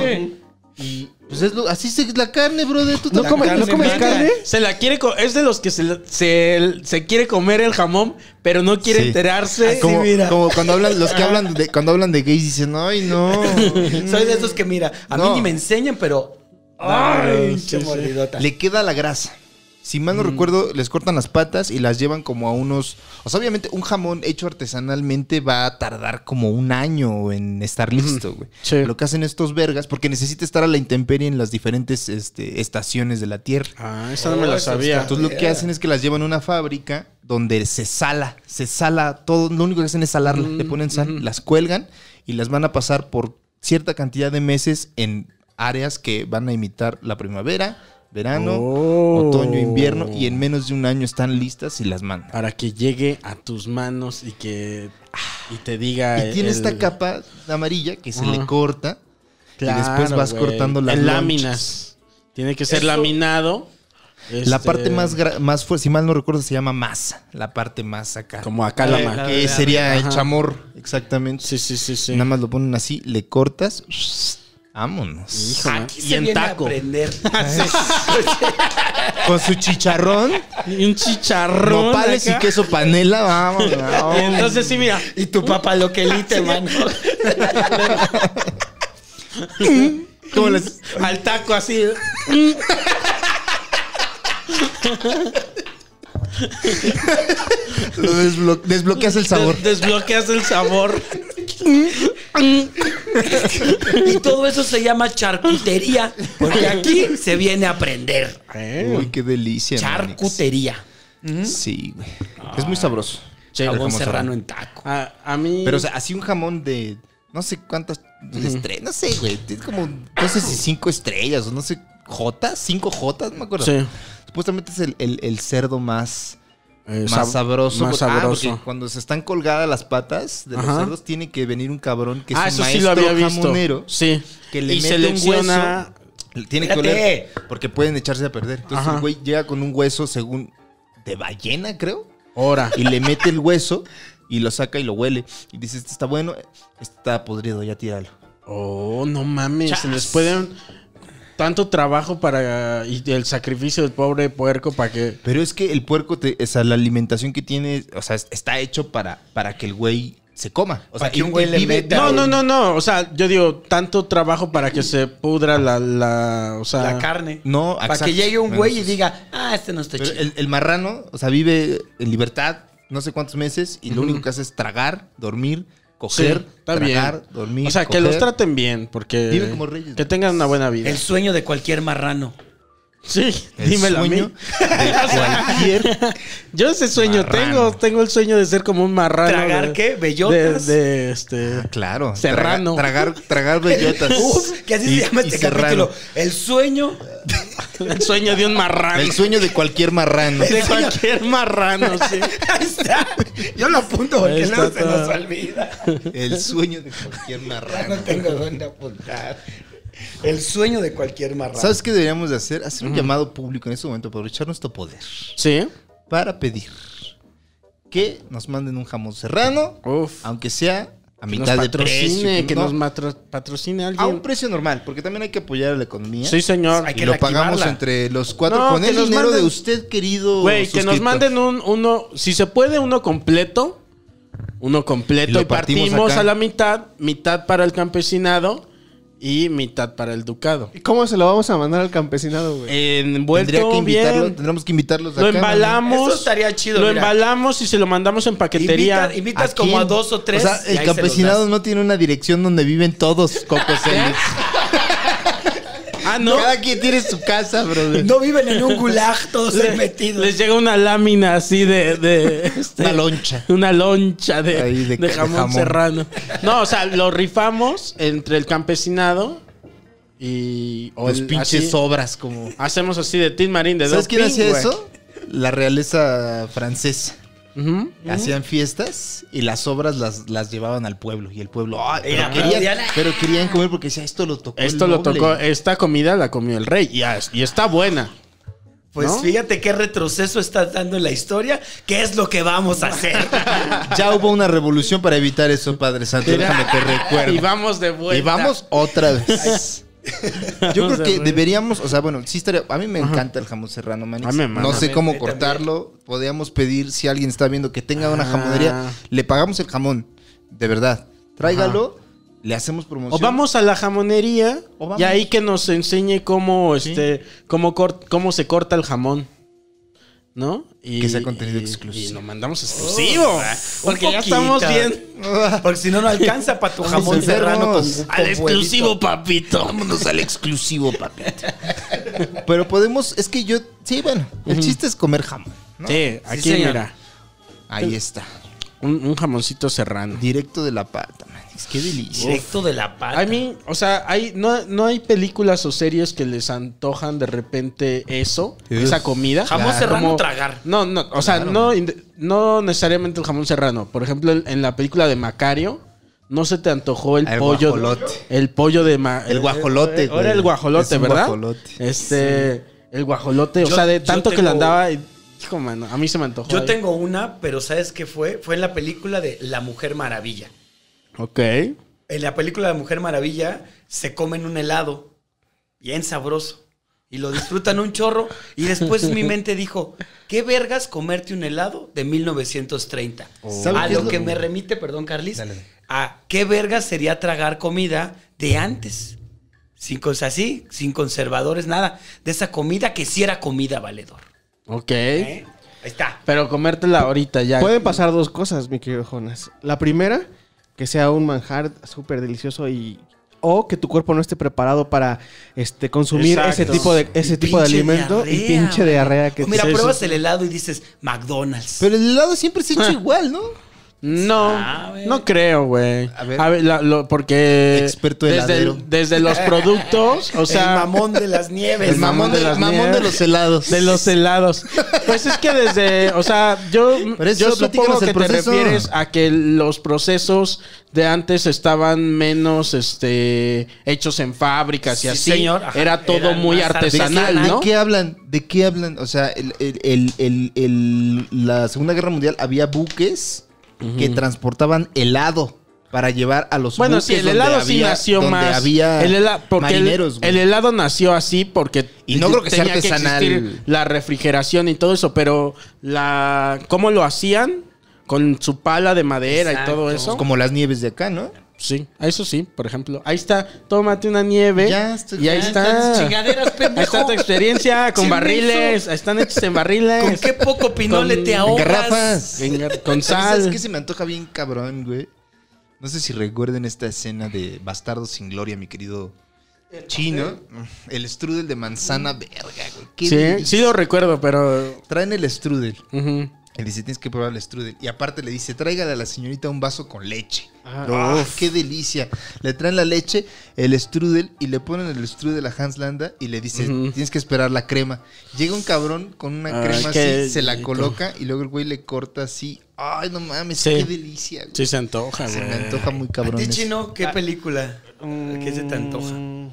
Speaker 5: Y pues es lo- así es la carne, brother. ¿Tú
Speaker 8: ¿No,
Speaker 5: también
Speaker 8: come- ¿no
Speaker 6: carne
Speaker 8: comes
Speaker 6: blanca.
Speaker 8: carne?
Speaker 7: Se la quiere co- es de los que se, la- se, se quiere comer el jamón, pero no quiere
Speaker 5: Sí.
Speaker 7: enterarse.
Speaker 5: Ah, como, como cuando hablan los que hablan de cuando hablan de gays dicen, "Ay, no."
Speaker 6: Soy de esos que mira, a mí
Speaker 5: No.
Speaker 6: ni me enseñan, pero.
Speaker 7: Ah,
Speaker 6: ¡Ay! qué mordidota.
Speaker 5: Le queda la grasa. Si mal no recuerdo, les cortan las patas y las llevan como a unos. O sea, obviamente, un jamón hecho artesanalmente va a tardar como un año en estar listo, güey.
Speaker 7: Sí.
Speaker 5: Lo que hacen estos vergas, porque necesita estar a la intemperie en las diferentes este, estaciones de la tierra.
Speaker 7: Ah, esa no me
Speaker 6: Oh,
Speaker 7: la
Speaker 6: eso
Speaker 7: sabía.
Speaker 6: está-
Speaker 5: Entonces lo que
Speaker 6: Mira.
Speaker 5: hacen es que las llevan a una fábrica donde se sala, se sala todo, lo único que hacen es salarla,
Speaker 7: Mm,
Speaker 5: le ponen sal, las cuelgan y las van a pasar por cierta cantidad de meses en áreas que van a imitar la primavera, verano,
Speaker 7: Oh.
Speaker 5: otoño, invierno y en menos de un año están listas y las mandan.
Speaker 7: Para que llegue a tus manos y que y te diga
Speaker 5: Y tiene
Speaker 7: el-
Speaker 5: esta capa amarilla que se
Speaker 7: Ajá.
Speaker 5: le corta
Speaker 7: Claro,
Speaker 5: y después vas
Speaker 7: güey.
Speaker 5: cortando las
Speaker 7: en
Speaker 5: lonchas.
Speaker 7: láminas. Tiene que ser laminado.
Speaker 5: La
Speaker 7: este,
Speaker 5: parte más, gra- más fuerte, si mal no recuerdo, se llama masa. La parte más acá.
Speaker 7: como acá Eh, la ma-
Speaker 5: que sería el
Speaker 7: Ajá.
Speaker 5: chamor, exactamente.
Speaker 7: Sí, sí, sí, sí.
Speaker 5: Nada más lo ponen así, le cortas. Vámonos.
Speaker 7: Hijo, ¿no?
Speaker 6: Aquí
Speaker 7: Ah, y
Speaker 6: se
Speaker 7: en
Speaker 6: viene a
Speaker 7: taco.
Speaker 6: aprender.
Speaker 5: Con su chicharrón,
Speaker 7: Y un chicharrón.
Speaker 5: nopales y
Speaker 7: acá.
Speaker 5: queso panela, vamos.
Speaker 7: Y Entonces sí, mira.
Speaker 6: Y tu papá lo que elite, hermano.
Speaker 5: ¿Cómo les-
Speaker 7: Al taco así.
Speaker 5: Lo desblo- desbloqueas el sabor.
Speaker 7: Des- desbloqueas el sabor.
Speaker 6: Y todo eso se llama charcutería, porque aquí se viene a aprender.
Speaker 7: ¿Eh?
Speaker 5: Uy, qué delicia. Manix.
Speaker 6: Charcutería.
Speaker 5: Sí, güey. Mm. Ah. Es muy sabroso. El
Speaker 6: Jabón
Speaker 5: jamón
Speaker 6: serrano en taco.
Speaker 7: A, a mí.
Speaker 5: Pero o sea, así un jamón de no sé cuántas estrellas, no sé, güey. Es como, no sé si cinco estrellas o no sé, Jotas, cinco Jotas, no me acuerdo.
Speaker 7: Sí.
Speaker 5: Supuestamente es el, el- el cerdo más,
Speaker 7: Eh,
Speaker 5: más
Speaker 7: sab-
Speaker 5: sabroso.
Speaker 7: Más
Speaker 5: porque- ah, porque
Speaker 7: sabroso.
Speaker 5: cuando se están colgadas las patas de los
Speaker 7: Ajá.
Speaker 5: cerdos, tiene que venir un cabrón que es
Speaker 7: Ah,
Speaker 5: un
Speaker 7: eso sí
Speaker 5: maestro
Speaker 7: lo había visto.
Speaker 5: jamonero.
Speaker 7: Sí.
Speaker 5: Que le
Speaker 7: y
Speaker 5: mete
Speaker 7: selecciona.
Speaker 5: un hueso. Tiene que
Speaker 6: Espérate.
Speaker 5: oler. Porque pueden echarse a perder. Entonces
Speaker 7: Ajá.
Speaker 5: el güey llega con un hueso, según. de ballena, creo.
Speaker 7: Ahora.
Speaker 5: Y le mete el hueso y lo saca y lo huele. Y dice: Este está bueno, este está podrido, ya tíralo.
Speaker 7: Oh, no mames. Se les pueden. Tanto trabajo para. Y el sacrificio del pobre puerco para que.
Speaker 5: Pero es que el puerco, te, o sea, la alimentación que tiene, o sea, es- está hecho para, para que el güey se coma. O sea,
Speaker 6: que un güey le meta
Speaker 7: No, no, no, no. O sea, yo digo, tanto trabajo para que se pudra la. la o sea.
Speaker 6: La carne.
Speaker 5: Ah, No,
Speaker 6: Para
Speaker 5: exacto.
Speaker 6: que llegue un
Speaker 5: Bueno,
Speaker 6: güey y
Speaker 5: sí, sí.
Speaker 6: diga, ah, este no está
Speaker 5: Pero
Speaker 6: chido.
Speaker 5: el, el marrano, o sea, vive en libertad no sé cuántos meses y lo único que hace es tragar, dormir,
Speaker 7: Sí,
Speaker 5: coger,
Speaker 7: está
Speaker 5: tragar,
Speaker 7: bien.
Speaker 5: dormir.
Speaker 7: O sea, que
Speaker 5: coger.
Speaker 7: los traten bien, porque.
Speaker 5: Viven como reyes.
Speaker 7: Que tengan una buena vida.
Speaker 6: El sueño de cualquier marrano.
Speaker 7: sí,
Speaker 5: El
Speaker 7: dímelo a mí.
Speaker 5: sueño de cualquier-
Speaker 7: Yo ese sueño
Speaker 5: Marrano.
Speaker 7: tengo. Tengo el sueño de ser como un marrano.
Speaker 6: ¿Tragar
Speaker 7: de-
Speaker 6: qué? ¿Bellotas?
Speaker 7: De, de, este.
Speaker 5: Claro.
Speaker 7: Serrano.
Speaker 5: Tragar, tragar, tragar bellotas.
Speaker 6: Uf, que así
Speaker 5: Y-
Speaker 6: se llama
Speaker 5: y
Speaker 6: este
Speaker 5: serrano.
Speaker 6: capítulo. El sueño
Speaker 7: El sueño de un marrano.
Speaker 5: El sueño de cualquier marrano.
Speaker 7: de cualquier marrano, sí.
Speaker 6: Ahí está. Yo lo apunto porque
Speaker 7: Ahí está
Speaker 6: luego se
Speaker 7: todo.
Speaker 6: nos olvida.
Speaker 5: El sueño de cualquier
Speaker 6: Ya no
Speaker 5: marrano.
Speaker 6: tengo dónde apuntar. El sueño de cualquier marrano.
Speaker 5: ¿Sabes qué deberíamos de hacer? Hacer un llamado público en este momento, aprovechar nuestro poder
Speaker 7: Sí.
Speaker 5: para pedir que nos manden un jamón serrano,
Speaker 7: Uf.
Speaker 5: aunque sea a
Speaker 7: Que
Speaker 5: mitad
Speaker 7: nos
Speaker 5: de precio.
Speaker 7: patrocine, que
Speaker 5: no,
Speaker 7: nos matro- patrocine
Speaker 5: a un ¿eh?
Speaker 7: alguien.
Speaker 5: precio normal, porque también hay que apoyar a la economía.
Speaker 7: Sí, señor.
Speaker 6: Hay
Speaker 5: y
Speaker 6: que
Speaker 5: lo
Speaker 6: reactivarla.
Speaker 5: pagamos entre los cuatro
Speaker 7: No,
Speaker 5: con
Speaker 7: que
Speaker 5: el
Speaker 7: nos
Speaker 5: dinero de
Speaker 7: manden-
Speaker 5: usted, querido.
Speaker 7: Güey, que nos
Speaker 5: suscriptor.
Speaker 7: manden un, uno, si se puede, uno completo. Uno
Speaker 5: Y
Speaker 7: completo. Y,
Speaker 5: lo partimos
Speaker 7: partimos,
Speaker 5: acá.
Speaker 7: a la mitad. Mitad para el campesinado y mitad para el ducado.
Speaker 8: ¿Cómo se lo vamos a mandar al campesinado, güey?
Speaker 5: Tendría que
Speaker 7: Envuelto
Speaker 5: invitarlo-
Speaker 7: bien.
Speaker 5: Tendremos que invitarlos
Speaker 7: Lo
Speaker 5: acá, ¿no?
Speaker 7: embalamos.
Speaker 6: Eso estaría chido,
Speaker 7: Lo
Speaker 6: mira.
Speaker 7: embalamos y se lo mandamos en paquetería.
Speaker 6: Invita- invitas
Speaker 5: ¿A
Speaker 6: como
Speaker 5: quién?
Speaker 6: a dos o tres.
Speaker 5: O sea,
Speaker 6: y
Speaker 5: el
Speaker 6: ahí se los
Speaker 5: campesinado
Speaker 6: das.
Speaker 5: no tiene una dirección donde viven todos, Coco Celis.
Speaker 7: ah, no.
Speaker 5: Cada quien tiene su casa, brother.
Speaker 6: No viven en un gulag todos
Speaker 7: Le-
Speaker 6: metidos.
Speaker 7: Les llega una lámina así de. de, este,
Speaker 5: Una loncha.
Speaker 7: Una loncha de,
Speaker 5: Ahí de
Speaker 7: de
Speaker 5: ca-
Speaker 7: jamón,
Speaker 5: jamón.
Speaker 7: serrano. No, o sea, lo rifamos entre el campesinado y. o
Speaker 5: Los
Speaker 7: el-
Speaker 5: pinches
Speaker 7: así.
Speaker 5: obras como...
Speaker 7: Hacemos así de Tin Marín de
Speaker 5: ¿Sabes
Speaker 7: doping,
Speaker 5: quién hacía
Speaker 7: güey.
Speaker 5: eso? La realeza francesa.
Speaker 7: Ujú.
Speaker 5: Hacían fiestas y las obras las, las llevaban al pueblo. Y el pueblo, "Ay, pero,
Speaker 6: Era
Speaker 5: querían,
Speaker 6: mundial.
Speaker 5: pero querían comer porque decía, esto lo tocó. el
Speaker 7: Esto lo
Speaker 5: noble".
Speaker 7: tocó. Esta comida la comió el rey. Y, as- y está buena.
Speaker 6: Pues
Speaker 7: ¿no?
Speaker 6: fíjate qué retroceso estás dando en la historia. ¿Qué es lo que vamos a hacer?
Speaker 5: Ya hubo una revolución para evitar eso, Padre Santo. Déjame te recuerdo.
Speaker 7: Y vamos de vuelta.
Speaker 5: Y vamos otra vez. Yo creo
Speaker 7: Vamos
Speaker 5: que
Speaker 7: de
Speaker 5: deberíamos, o sea, bueno, sí estaría- a mí me encanta el jamón serrano, man.
Speaker 7: A mí me
Speaker 5: No
Speaker 7: mama.
Speaker 5: sé
Speaker 6: mí
Speaker 5: cómo
Speaker 6: también.
Speaker 5: cortarlo. Podríamos pedir si alguien está viendo que tenga una
Speaker 7: Ah.
Speaker 5: jamonería, le pagamos el jamón, de verdad. Tráigalo, le hacemos promoción.
Speaker 7: O vamos a la jamonería
Speaker 5: O vamos.
Speaker 7: y ahí que nos enseñe cómo este cómo, cor- cómo se corta el jamón. ¿No? Y,
Speaker 5: Que sea contenido
Speaker 7: y-
Speaker 5: exclusivo.
Speaker 7: Y lo mandamos exclusivo.
Speaker 6: Oh,
Speaker 7: porque
Speaker 6: un
Speaker 7: ya estamos
Speaker 6: poquito.
Speaker 7: bien.
Speaker 6: Porque si no, no alcanza para tu jamón
Speaker 5: Vamos,
Speaker 6: serrano con,
Speaker 5: enfermos.
Speaker 6: con
Speaker 7: Al
Speaker 6: huevito.
Speaker 7: exclusivo, papito.
Speaker 5: Vámonos al exclusivo, papito. Pero podemos, es que yo, sí, bueno, el chiste es comer jamón. ¿no?
Speaker 7: Sí, aquí
Speaker 6: señor.
Speaker 7: mira.
Speaker 5: Ahí está,
Speaker 7: Un, un jamoncito serrano.
Speaker 5: directo de la pata, man. Qué delicia.
Speaker 6: Directo de la pata.
Speaker 7: A mí, o sea, hay, no, no hay películas o series que les antojan de repente eso,
Speaker 5: Uf.
Speaker 7: esa comida.
Speaker 6: Jamón
Speaker 7: Claro.
Speaker 6: serrano tragar.
Speaker 7: No, no, o sea, no, ind- no necesariamente el jamón serrano. Por ejemplo, en, en la película de Macario, no se te antojó el,
Speaker 5: El
Speaker 7: pollo.
Speaker 5: guajolote.
Speaker 7: El pollo de ma-
Speaker 5: El guajolote,
Speaker 7: eh,
Speaker 5: güey.
Speaker 7: Ahora el guajolote,
Speaker 5: Es un
Speaker 7: ¿verdad?
Speaker 5: guajolote.
Speaker 7: Este, el guajolote,
Speaker 6: Yo-
Speaker 7: o sea, de
Speaker 6: yo
Speaker 7: tanto que le
Speaker 6: tengo-
Speaker 7: andaba. y- Hijo, mano, a mí se me antojó.
Speaker 6: Yo
Speaker 7: ahí.
Speaker 6: tengo una, pero ¿sabes qué fue? Fue en la película de La Mujer Maravilla.
Speaker 7: Ok.
Speaker 6: En la película de Mujer Maravilla se comen un helado bien sabroso y lo disfrutan un chorro. Y después mi mente dijo, ¿qué vergas comerte un helado de 1930?
Speaker 5: Oh. ¿Sabe
Speaker 6: A
Speaker 5: qué es
Speaker 6: lo
Speaker 5: lo-
Speaker 6: que me remite, perdón Carlis,
Speaker 5: Dale, dale.
Speaker 6: a qué vergas sería tragar comida de antes. Sin cosas así, sin conservadores, nada. De esa comida que sí era comida valedor.
Speaker 7: Ok.
Speaker 6: ¿eh? Ahí está.
Speaker 7: Pero comértela ahorita ya.
Speaker 8: Pueden pasar dos cosas, mi querido Jonas. La primera, que sea un manjar súper delicioso y... O que tu cuerpo no esté preparado para este, consumir ese
Speaker 7: Exacto.
Speaker 8: tipo de, ese
Speaker 6: Y
Speaker 8: tipo de
Speaker 6: pinche
Speaker 8: alimento y
Speaker 6: diarrea,
Speaker 8: pinche
Speaker 6: güey.
Speaker 8: diarrea que
Speaker 6: Mira,
Speaker 8: Sí, sí.
Speaker 6: pruebas el helado y dices McDonald's.
Speaker 5: Pero el helado siempre se ha hecho igual, ¿no?
Speaker 7: No,
Speaker 6: Sabe.
Speaker 7: no creo, güey.
Speaker 5: A ver.
Speaker 7: A ver, la- lo- porque...
Speaker 5: Experto
Speaker 7: desde,
Speaker 5: heladero.
Speaker 7: desde los productos, o sea...
Speaker 6: el mamón de las nieves.
Speaker 5: El mamón, de,
Speaker 7: las
Speaker 5: mamón de
Speaker 7: nieves.
Speaker 5: los helados.
Speaker 7: De los helados. Pues es que desde, o sea, yo,
Speaker 5: Pero eso,
Speaker 7: yo
Speaker 5: platícanos el
Speaker 7: supongo que te
Speaker 5: proceso.
Speaker 7: refieres a que los procesos de antes estaban menos este hechos en fábricas
Speaker 6: Sí,
Speaker 7: y así.
Speaker 6: señor. Ajá.
Speaker 7: Era todo
Speaker 6: Eran
Speaker 7: muy
Speaker 6: más
Speaker 7: artesanal,
Speaker 6: artesanal.
Speaker 7: ¿no?
Speaker 5: ¿De qué hablan? ¿De qué hablan? O sea, el- el- el- el- el- la Segunda Guerra Mundial había buques que transportaban helado para llevar a los
Speaker 7: Bueno,
Speaker 5: buques
Speaker 7: sí, el
Speaker 5: donde
Speaker 7: helado sí
Speaker 5: había-
Speaker 7: nació
Speaker 5: donde
Speaker 7: más.
Speaker 5: había
Speaker 7: el hela- porque el-
Speaker 5: marineros,
Speaker 7: el,
Speaker 5: güey.
Speaker 7: helado nació así porque
Speaker 5: Y no creo que sea artesanal.
Speaker 7: existir la refrigeración y todo eso, pero la cómo lo hacían con su pala de madera
Speaker 6: Exacto.
Speaker 7: y todo
Speaker 5: Pues
Speaker 7: eso.
Speaker 5: como las nieves de acá, ¿no?
Speaker 7: Sí, eso sí, por ejemplo. Ahí está, tómate una nieve.
Speaker 5: Ya estoy-
Speaker 7: y ahí
Speaker 5: ya
Speaker 7: está.
Speaker 6: están chingaderas, pendejo.
Speaker 7: Ahí está tu experiencia con
Speaker 6: Chingue
Speaker 7: barriles. Están hechos en barriles.
Speaker 6: ¿Con qué poco pinole
Speaker 7: Con-
Speaker 6: te ahogas?
Speaker 5: garrafas.
Speaker 7: En- con
Speaker 5: ¿Sabes
Speaker 7: sal.
Speaker 5: qué se me antoja bien cabrón, güey? No sé si recuerden esta escena de Bastardos sin Gloria, mi querido chino. El strudel de manzana verga, güey. Qué
Speaker 7: Sí,
Speaker 5: delicia.
Speaker 7: sí lo recuerdo, pero.
Speaker 5: Traen el strudel.
Speaker 7: ujú.
Speaker 5: Él dice, tienes que probar el strudel. Y aparte le dice, tráigale a la señorita un vaso con leche.
Speaker 8: Ah.
Speaker 5: ¡Oh, qué delicia! Le traen la leche, el strudel, y le ponen el strudel a Hans Landa y le dice,
Speaker 7: Ujú.
Speaker 5: tienes que esperar la crema. Llega un cabrón con una
Speaker 7: Ay,
Speaker 5: crema
Speaker 7: qué
Speaker 5: así, se la
Speaker 7: rico.
Speaker 5: coloca y luego el güey le corta así. ¡Ay, no mames!
Speaker 7: Sí.
Speaker 5: ¡Qué delicia! güey!
Speaker 7: Sí se antoja,
Speaker 5: Se me
Speaker 7: güey.
Speaker 5: antoja muy
Speaker 6: ¿A
Speaker 5: cabrón.
Speaker 6: ti,
Speaker 5: eso.
Speaker 6: chino, qué película? ¿Qué se te antoja?
Speaker 8: Mm,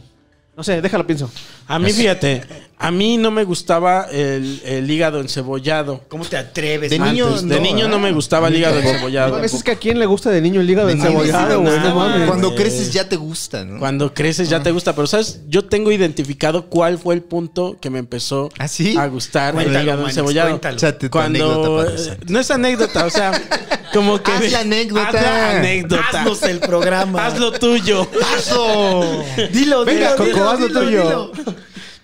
Speaker 8: No sé, déjalo pienso.
Speaker 7: A mí, fíjate, a mí no me gustaba el, el hígado encebollado.
Speaker 6: ¿Cómo te atreves?
Speaker 5: De
Speaker 6: man?
Speaker 5: niño,
Speaker 7: Antes, de
Speaker 5: no,
Speaker 7: niño no
Speaker 5: ¿eh?
Speaker 7: me gustaba el hígado
Speaker 8: A
Speaker 7: encebollado.
Speaker 8: veces es que a quién le gusta de niño el hígado
Speaker 5: De niño,
Speaker 8: encebollado,
Speaker 5: sí,
Speaker 8: güey.
Speaker 6: nada.
Speaker 8: No mames.
Speaker 5: Cuando
Speaker 7: güey.
Speaker 5: creces ya te gusta, ¿no?
Speaker 7: Cuando creces
Speaker 5: Ah.
Speaker 7: ya te gusta, pero sabes, yo tengo identificado cuál fue el punto que me empezó
Speaker 5: ¿Ah, sí?
Speaker 7: a gustar el
Speaker 6: Cuéntalo,
Speaker 7: hígado
Speaker 6: Manix,
Speaker 7: encebollado.
Speaker 6: cuéntalo.
Speaker 5: Échate tu
Speaker 7: Cuando
Speaker 5: anécdota, padre
Speaker 7: eh, no es anécdota, o sea, como que
Speaker 5: Haz la anécdota.
Speaker 7: Haz la anécdota.
Speaker 6: Haznos el programa.
Speaker 7: Hazlo tuyo.
Speaker 5: ¡Paso!
Speaker 6: Dilo,
Speaker 8: Venga,
Speaker 6: dilo,
Speaker 8: Coco,
Speaker 6: dilo,
Speaker 8: hazlo
Speaker 6: dilo,
Speaker 8: tuyo.
Speaker 6: dilo.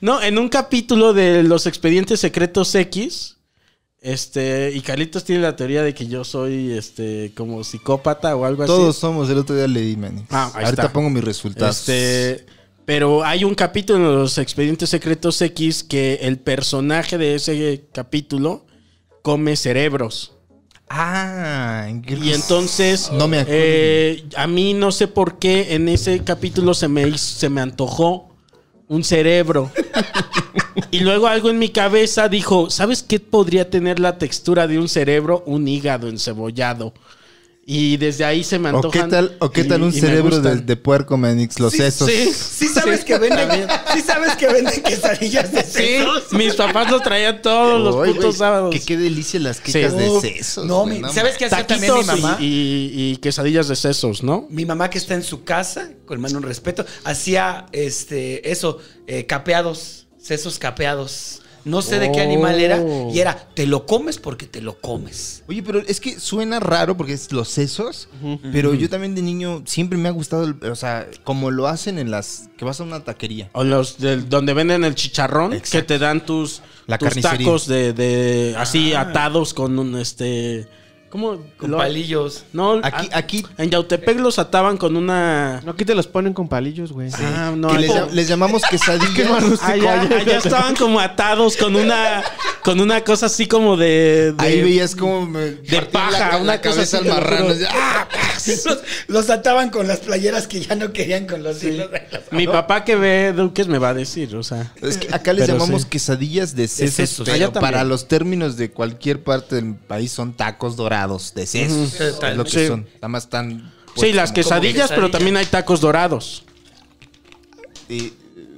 Speaker 7: No, en un capítulo de Los Expedientes Secretos X, este, y Carlitos tiene la teoría de que yo soy este como psicópata o algo
Speaker 5: Todos
Speaker 7: así.
Speaker 5: somos, el otro día le di, man.
Speaker 7: Pues Ah, ahí
Speaker 5: Ahorita
Speaker 7: está.
Speaker 5: pongo mis resultados.
Speaker 7: Este, pero hay un capítulo de los Expedientes Secretos X que el personaje de ese capítulo come cerebros.
Speaker 5: Ah,
Speaker 7: Y entonces,
Speaker 5: No me acuerdo.
Speaker 7: eh, a mí no sé por qué en ese capítulo se me, hizo- se me antojó un cerebro. y luego algo en mi cabeza dijo, ¿sabes qué podría tener la textura de un cerebro? Un hígado encebollado. Y desde ahí se me
Speaker 5: ¿O
Speaker 7: antojan.
Speaker 5: qué tal, o qué
Speaker 7: y-
Speaker 5: tal un
Speaker 7: y me
Speaker 5: cerebro de,
Speaker 7: gustan.
Speaker 5: de puerco, Manix? Los sesos.
Speaker 7: Sí,
Speaker 6: Sí sabes que venden, sí sabes que venden quesadillas de
Speaker 7: Sí,
Speaker 6: sesos.
Speaker 7: mis papás lo traían todos los
Speaker 5: Ay,
Speaker 7: putos
Speaker 5: güey,
Speaker 7: sábados.
Speaker 5: Que qué delicia las quecas
Speaker 7: Sí.
Speaker 5: de
Speaker 6: Uf,
Speaker 5: sesos.
Speaker 6: No,
Speaker 5: güey,
Speaker 6: mi- ¿sabes qué hacía también mi
Speaker 7: Taquitos
Speaker 6: mamá?
Speaker 7: y, y- y quesadillas de sesos, ¿no?
Speaker 6: Mi mamá que está en su casa, con mano en respeto, hacía este eso, eh, capeados, sesos capeados. No sé de qué animal era y era te lo comes porque te lo comes.
Speaker 5: Oye, pero es que suena raro porque es los sesos, pero yo también de niño siempre me ha gustado, el- o sea, como lo hacen en las que vas a una taquería.
Speaker 7: O los del- donde venden el chicharrón que te dan tus,
Speaker 5: La
Speaker 7: tus
Speaker 5: carnicería. Ah.
Speaker 7: tacos de, de- así atados con un este ¿cómo?
Speaker 6: Con
Speaker 7: Lo-
Speaker 6: palillos.
Speaker 7: No,
Speaker 5: Aquí,
Speaker 7: a-
Speaker 5: aquí
Speaker 7: en Yautepec los ataban con una
Speaker 8: No, aquí te los ponen con palillos, güey.
Speaker 7: Ah, no,
Speaker 5: que
Speaker 7: ahí- ah,
Speaker 5: les, llam- les llamamos quesadillas.
Speaker 7: allá, allá estaban como atados con una con una cosa así como de, de-
Speaker 5: Ahí veías como me de
Speaker 7: paja, una cosa
Speaker 5: cabeza
Speaker 7: así,
Speaker 5: al
Speaker 7: te lo juro.
Speaker 5: marrano. así, ¡ah!
Speaker 6: Los, los ataban con las playeras que ya no querían con los hilos. de las-
Speaker 7: mi papá que ve Duques me va a decir, o sea,
Speaker 5: Es que acá les
Speaker 7: Pero
Speaker 5: llamamos
Speaker 7: sí.
Speaker 5: quesadillas de sesos,
Speaker 6: sesos.
Speaker 5: pero
Speaker 7: Allá también.
Speaker 5: para los términos de cualquier parte del país son tacos dorados de sesos.
Speaker 6: Ujú.
Speaker 5: Es lo que
Speaker 7: Sí.
Speaker 5: son. Nada más tan...
Speaker 7: sí, las quesadillas, pero
Speaker 6: quesadilla.
Speaker 7: también hay tacos dorados.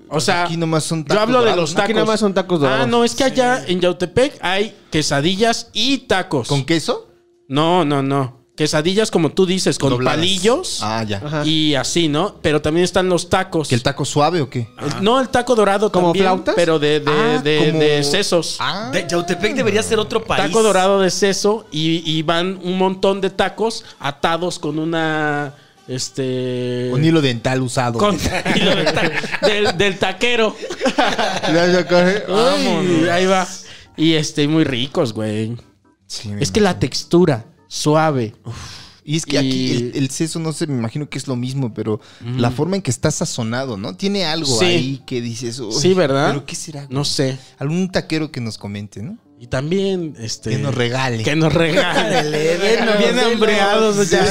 Speaker 7: O sea,
Speaker 5: pues, aquí nomás son
Speaker 7: yo
Speaker 5: tacos
Speaker 7: hablo de
Speaker 5: dorados,
Speaker 7: los
Speaker 5: ¿no?
Speaker 7: tacos.
Speaker 8: Aquí nada más son tacos
Speaker 7: Ah,
Speaker 8: dorados.
Speaker 7: no, es que allá en Yautepec hay quesadillas y tacos.
Speaker 5: ¿Con queso?
Speaker 7: No, no, no. Quesadillas, como tú dices, con
Speaker 5: Dobladas.
Speaker 7: palillos
Speaker 5: Ah, ya.
Speaker 8: Ajá.
Speaker 7: y así, ¿no? Pero también están los tacos.
Speaker 5: ¿Que el taco suave o qué?
Speaker 7: El- no, el taco dorado
Speaker 8: ¿Como
Speaker 7: también,
Speaker 8: flautas?
Speaker 7: pero de, de,
Speaker 5: Ah,
Speaker 7: de-
Speaker 5: como-
Speaker 7: de sesos.
Speaker 5: Ah.
Speaker 6: De- Yautepec debería ser otro país.
Speaker 7: Taco dorado de seso y, y van un montón de tacos atados con una... Este...
Speaker 5: Un hilo dental usado.
Speaker 7: con- hilo de ta- del, del taquero.
Speaker 5: Ya, ya, coge.
Speaker 7: Vámonos. Ahí va. Y este, muy ricos, güey.
Speaker 5: Sí,
Speaker 7: Es que la textura, suave.
Speaker 5: Y es que aquí
Speaker 7: y-
Speaker 5: el, el seso, no sé, me imagino que es lo mismo, pero la forma en que está sazonado, ¿no? Tiene algo
Speaker 7: Sí.
Speaker 5: ahí que dices. "Uy,
Speaker 7: Sí, ¿verdad?
Speaker 5: ¿Pero qué será?
Speaker 7: No sé.
Speaker 5: Algún taquero que nos comente, ¿no?
Speaker 7: Y también, este.
Speaker 5: Que nos regale.
Speaker 7: Que nos regale. bien, bien hambreados. ya.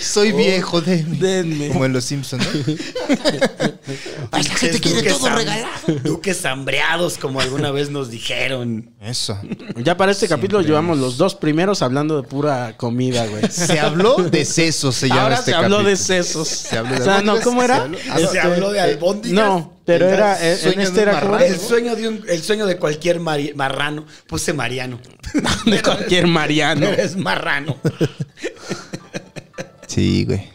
Speaker 5: Soy viejo, denme.
Speaker 7: Oh, Denme.
Speaker 5: Como en Los Simpsons, ¿no?
Speaker 6: Esa gente quiere todo regalado. Duques hambreados, como alguna vez nos dijeron.
Speaker 5: Eso.
Speaker 7: Ya para este capítulo llevamos los dos primeros hablando de pura comida, güey.
Speaker 5: Se habló de sesos, se llama
Speaker 7: Ahora
Speaker 5: este
Speaker 7: se habló
Speaker 5: capítulo.
Speaker 7: de sesos.
Speaker 5: Se habló de
Speaker 7: O sea, no,
Speaker 5: albóndigas,
Speaker 7: ¿cómo
Speaker 5: se
Speaker 7: era?
Speaker 5: habló- Ah,
Speaker 6: Se habló de albóndigas.
Speaker 7: No, pero
Speaker 5: El
Speaker 7: era. En
Speaker 5: sueño
Speaker 7: en
Speaker 5: de
Speaker 7: este
Speaker 5: un
Speaker 7: era. ¿cómo
Speaker 5: marrano.
Speaker 7: era?
Speaker 6: El sueño de un, el sueño de cualquier mari- marrano. Puse Mariano.
Speaker 7: De cualquier Mariano.
Speaker 6: Pero es marrano.
Speaker 5: Sí, güey.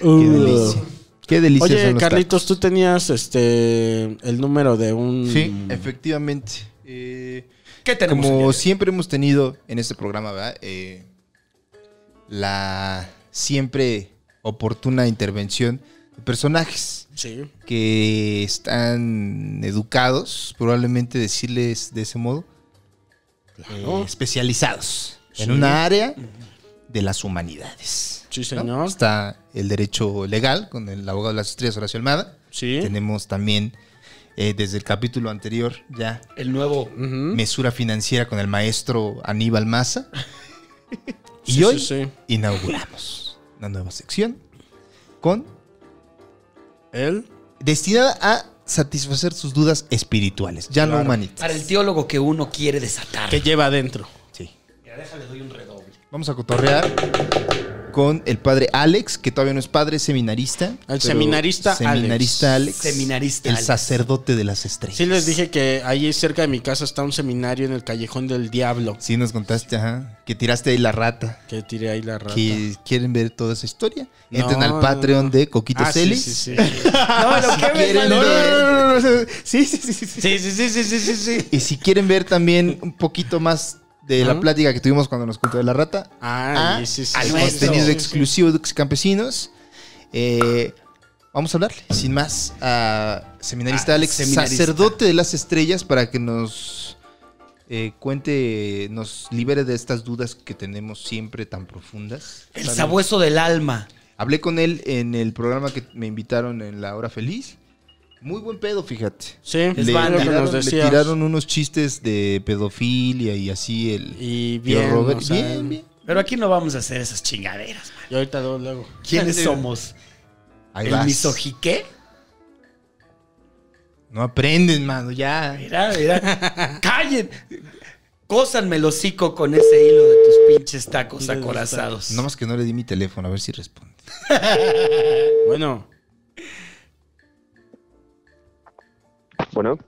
Speaker 5: Qué
Speaker 7: Uh.
Speaker 5: delicia. Qué delicia son
Speaker 7: Oye,
Speaker 5: los
Speaker 7: Carlitos, tú tenías este el número de un.
Speaker 5: tacos. Sí, efectivamente. Eh,
Speaker 6: ¿Qué tenemos?
Speaker 5: como
Speaker 6: señores?
Speaker 5: siempre hemos tenido en este programa, ¿verdad? Eh, la siempre oportuna intervención de personajes
Speaker 7: Sí.
Speaker 5: que están educados, probablemente decirles de ese modo, eh, especializados en una área de las humanidades.
Speaker 7: Sí,
Speaker 5: ¿no?
Speaker 7: señor.
Speaker 5: Está el derecho legal con el abogado de las estrellas Horacio Almada.
Speaker 7: Sí.
Speaker 5: Tenemos también, eh, desde el capítulo anterior, ya
Speaker 6: El nuevo.
Speaker 7: Ujú.
Speaker 5: mesura financiera con el maestro Aníbal Maza. y
Speaker 7: Sí,
Speaker 5: hoy
Speaker 7: sí, sí.
Speaker 5: inauguramos una nueva sección con
Speaker 7: Él.
Speaker 5: destinada a satisfacer sus dudas espirituales, ya no humanitas.
Speaker 6: Para el teólogo que uno quiere desatar.
Speaker 7: Que lleva adentro.
Speaker 5: Sí.
Speaker 6: Mira, déjale, doy un redoble.
Speaker 5: Vamos a cotorrear con el padre Alex, que todavía no es padre, es seminarista. pero-
Speaker 7: seminarista
Speaker 5: Seminarista Alex.
Speaker 6: Alex. Seminarista
Speaker 5: El
Speaker 6: Alex.
Speaker 5: sacerdote de las estrellas.
Speaker 7: Sí, les dije que ahí cerca de mi casa está un seminario en el Callejón del Diablo.
Speaker 5: Sí, nos contaste, ajá, que tiraste ahí la rata.
Speaker 7: Que tiré ahí la rata.
Speaker 5: Que quieren ver toda esa historia.
Speaker 7: No,
Speaker 5: Entren
Speaker 7: no,
Speaker 5: al Patreon
Speaker 7: no.
Speaker 5: de Coquito
Speaker 7: Ah, sí,
Speaker 5: Celis.
Speaker 7: sí, Ah, sí.
Speaker 6: No, lo
Speaker 5: Si
Speaker 6: que me
Speaker 5: quieren
Speaker 6: mandó-
Speaker 5: ver-
Speaker 8: Sí, sí, sí, sí. sí.
Speaker 7: Sí, sí, sí, sí, sí, sí, sí.
Speaker 5: Y si quieren ver también un poquito más de la
Speaker 7: Ajá.
Speaker 5: plática que tuvimos cuando nos contó de la rata,
Speaker 7: Ah,
Speaker 5: a-
Speaker 7: sí, sí,
Speaker 5: al
Speaker 7: sí.
Speaker 6: nuestro.
Speaker 5: contenido exclusivo de Ex Campesinos. Eh, vamos a hablarle, sin más, a seminarista
Speaker 6: Ah,
Speaker 5: Alex,
Speaker 6: seminarista.
Speaker 5: sacerdote de las estrellas, para que nos eh, cuente, nos libere de estas dudas que tenemos siempre tan profundas.
Speaker 6: El sabueso del alma.
Speaker 5: Hablé con él en el programa que me invitaron en La Hora Feliz. Muy buen pedo, fíjate.
Speaker 7: Sí, es
Speaker 5: Le
Speaker 7: lo que
Speaker 5: tiraron,
Speaker 7: nos
Speaker 5: le
Speaker 7: decías.
Speaker 5: tiraron unos chistes de pedofilia y así el...
Speaker 7: Y
Speaker 5: tío
Speaker 7: bien,
Speaker 5: Robert.
Speaker 7: o sea,
Speaker 5: bien, bien.
Speaker 6: Pero aquí no vamos a hacer esas chingaderas. man.
Speaker 7: Y ahorita luego, luego.
Speaker 6: ¿Quiénes somos?
Speaker 5: Ahí
Speaker 6: ¿El
Speaker 5: vas.
Speaker 6: misojiqué?
Speaker 5: No aprendes, mano, ya.
Speaker 6: Mira, mira. ¡Callen! Cósanme el hocico con ese hilo de tus pinches tacos
Speaker 7: Hilo de los
Speaker 6: acorazados.
Speaker 5: Nomás que no le di mi teléfono, a ver si responde.
Speaker 7: Bueno,
Speaker 9: Bueno,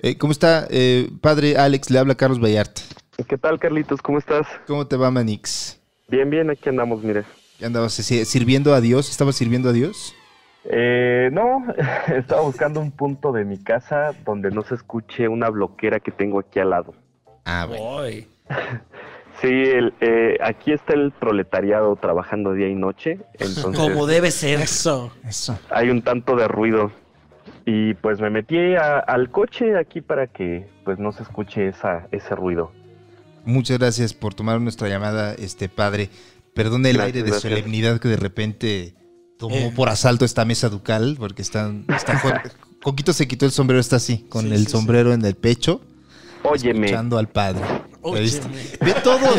Speaker 5: Eh, ¿Cómo está, eh, padre Alex? Le habla Carlos Vallarta.
Speaker 9: ¿qué tal, Carlitos? ¿Cómo estás?
Speaker 5: ¿Cómo te va, Manix?
Speaker 9: Bien, bien, aquí andamos, mire.
Speaker 5: ¿Qué andabas eh, sirviendo a Dios? ¿Estabas sirviendo a Dios?
Speaker 9: Eh, no, estaba buscando un punto de mi casa donde no se escuche una bloquera que tengo aquí al lado.
Speaker 5: Ah, bueno.
Speaker 6: Ay,
Speaker 9: Sí, el, eh, aquí está el proletariado trabajando día y noche,
Speaker 6: Como
Speaker 9: entonces
Speaker 6: debe ser.
Speaker 7: eso.
Speaker 5: Eso.
Speaker 9: hay un tanto de ruido. Y pues me metí a- al coche aquí para que pues no se escuche esa, ese ruido.
Speaker 5: Muchas gracias por tomar nuestra llamada, este padre. Perdone el
Speaker 9: Gracias,
Speaker 5: aire de
Speaker 9: gracias.
Speaker 5: solemnidad que de repente tomó
Speaker 7: Eh.
Speaker 5: por asalto esta mesa ducal, porque están. Está jo- Coquito se quitó el sombrero, está así, con el sombrero en el pecho.
Speaker 9: Óyeme,
Speaker 5: Escuchando al padre. ¿Ya
Speaker 7: Óyeme.
Speaker 5: viste? Ve todos,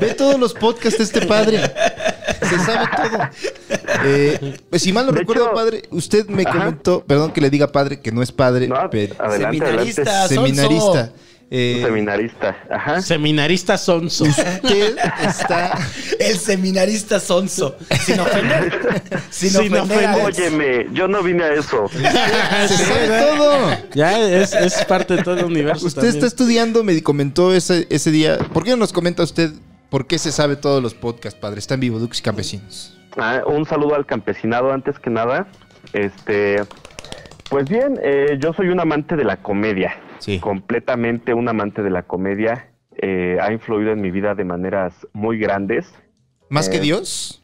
Speaker 5: ve todos los podcasts de este padre. Se sabe todo. Eh, pues, si mal no
Speaker 9: De
Speaker 5: recuerdo,
Speaker 9: hecho-
Speaker 5: padre, usted me
Speaker 9: Ajá.
Speaker 5: comentó, perdón que le diga padre, que no es padre,
Speaker 9: no, ah,
Speaker 5: pero
Speaker 9: adelante, adelante.
Speaker 6: Seminarista.
Speaker 9: ¿Eh?
Speaker 6: sonso.
Speaker 5: seminarista. Eh,
Speaker 9: Seminarista, ajá.
Speaker 7: Seminarista sonso.
Speaker 5: usted está.
Speaker 6: El seminarista sonso. Sin ofender. Sin,
Speaker 7: Sin
Speaker 6: ofender. a-
Speaker 7: ofender.
Speaker 9: Óyeme, yo no vine a eso.
Speaker 5: Se sabe todo.
Speaker 7: Ya es, es parte de todo el universo.
Speaker 5: Usted
Speaker 7: también.
Speaker 5: está estudiando, me comentó ese, ese día. ¿Por qué no nos comenta usted por qué se sabe todos los podcasts, padre? Está en vivo, Dux y Campesinos.
Speaker 9: Ah, un saludo al campesinado antes que nada. Este, pues bien, eh, yo soy un amante de la comedia.
Speaker 5: Sí.
Speaker 9: Completamente un amante de la comedia. Eh, ha influido en mi vida de maneras muy grandes.
Speaker 5: ¿Más que
Speaker 9: Eh.
Speaker 5: Dios?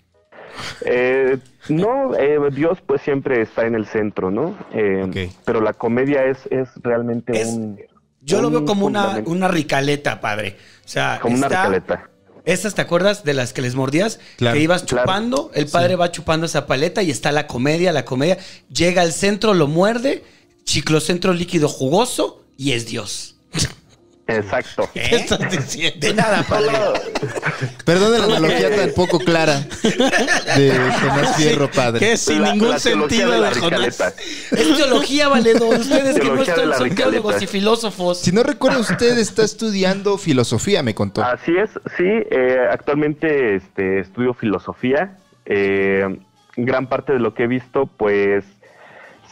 Speaker 9: Eh, no, eh, Dios pues siempre está en el centro, ¿no? Eh,
Speaker 5: Ok.
Speaker 9: Pero la comedia es, es realmente
Speaker 6: Es-
Speaker 9: un...
Speaker 6: Yo lo
Speaker 9: Un
Speaker 6: veo como una,
Speaker 9: fundamento.
Speaker 6: una ricaleta, padre. O sea,
Speaker 9: Como una
Speaker 6: está-
Speaker 9: caleta.
Speaker 6: Esas, ¿te acuerdas de las que les mordías?
Speaker 5: Claro,
Speaker 6: que ibas
Speaker 9: claro.
Speaker 6: chupando, el padre va chupando esa paleta y está la comedia, la comedia. Llega al centro, lo muerde, chiclocentro líquido jugoso y es Dios.
Speaker 9: Exacto.
Speaker 6: ¿Eh? De nada, padre.
Speaker 5: Perdón la analogía tan poco clara de Jonás Fierro, padre.
Speaker 7: Que sin
Speaker 9: La-
Speaker 7: ningún
Speaker 9: la teología
Speaker 7: sentido
Speaker 9: de la
Speaker 7: de Jonás.
Speaker 9: ricaleta.
Speaker 6: Es teología, valedor. Ustedes que no
Speaker 9: Teología de
Speaker 6: están,
Speaker 9: la
Speaker 6: son
Speaker 9: ricaleta.
Speaker 6: teólogos y filósofos.
Speaker 5: Si no recuerdo, usted está estudiando filosofía, me contó.
Speaker 9: Así es, sí. eh, actualmente este, estudio filosofía. Eh, gran parte de lo que he visto, pues,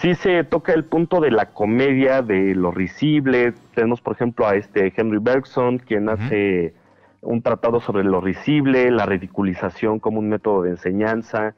Speaker 9: sí se toca el punto de la comedia, de lo risible. Tenemos, por ejemplo, a este Henry Bergson, quien hace un tratado sobre lo risible, la ridiculización como un método de enseñanza.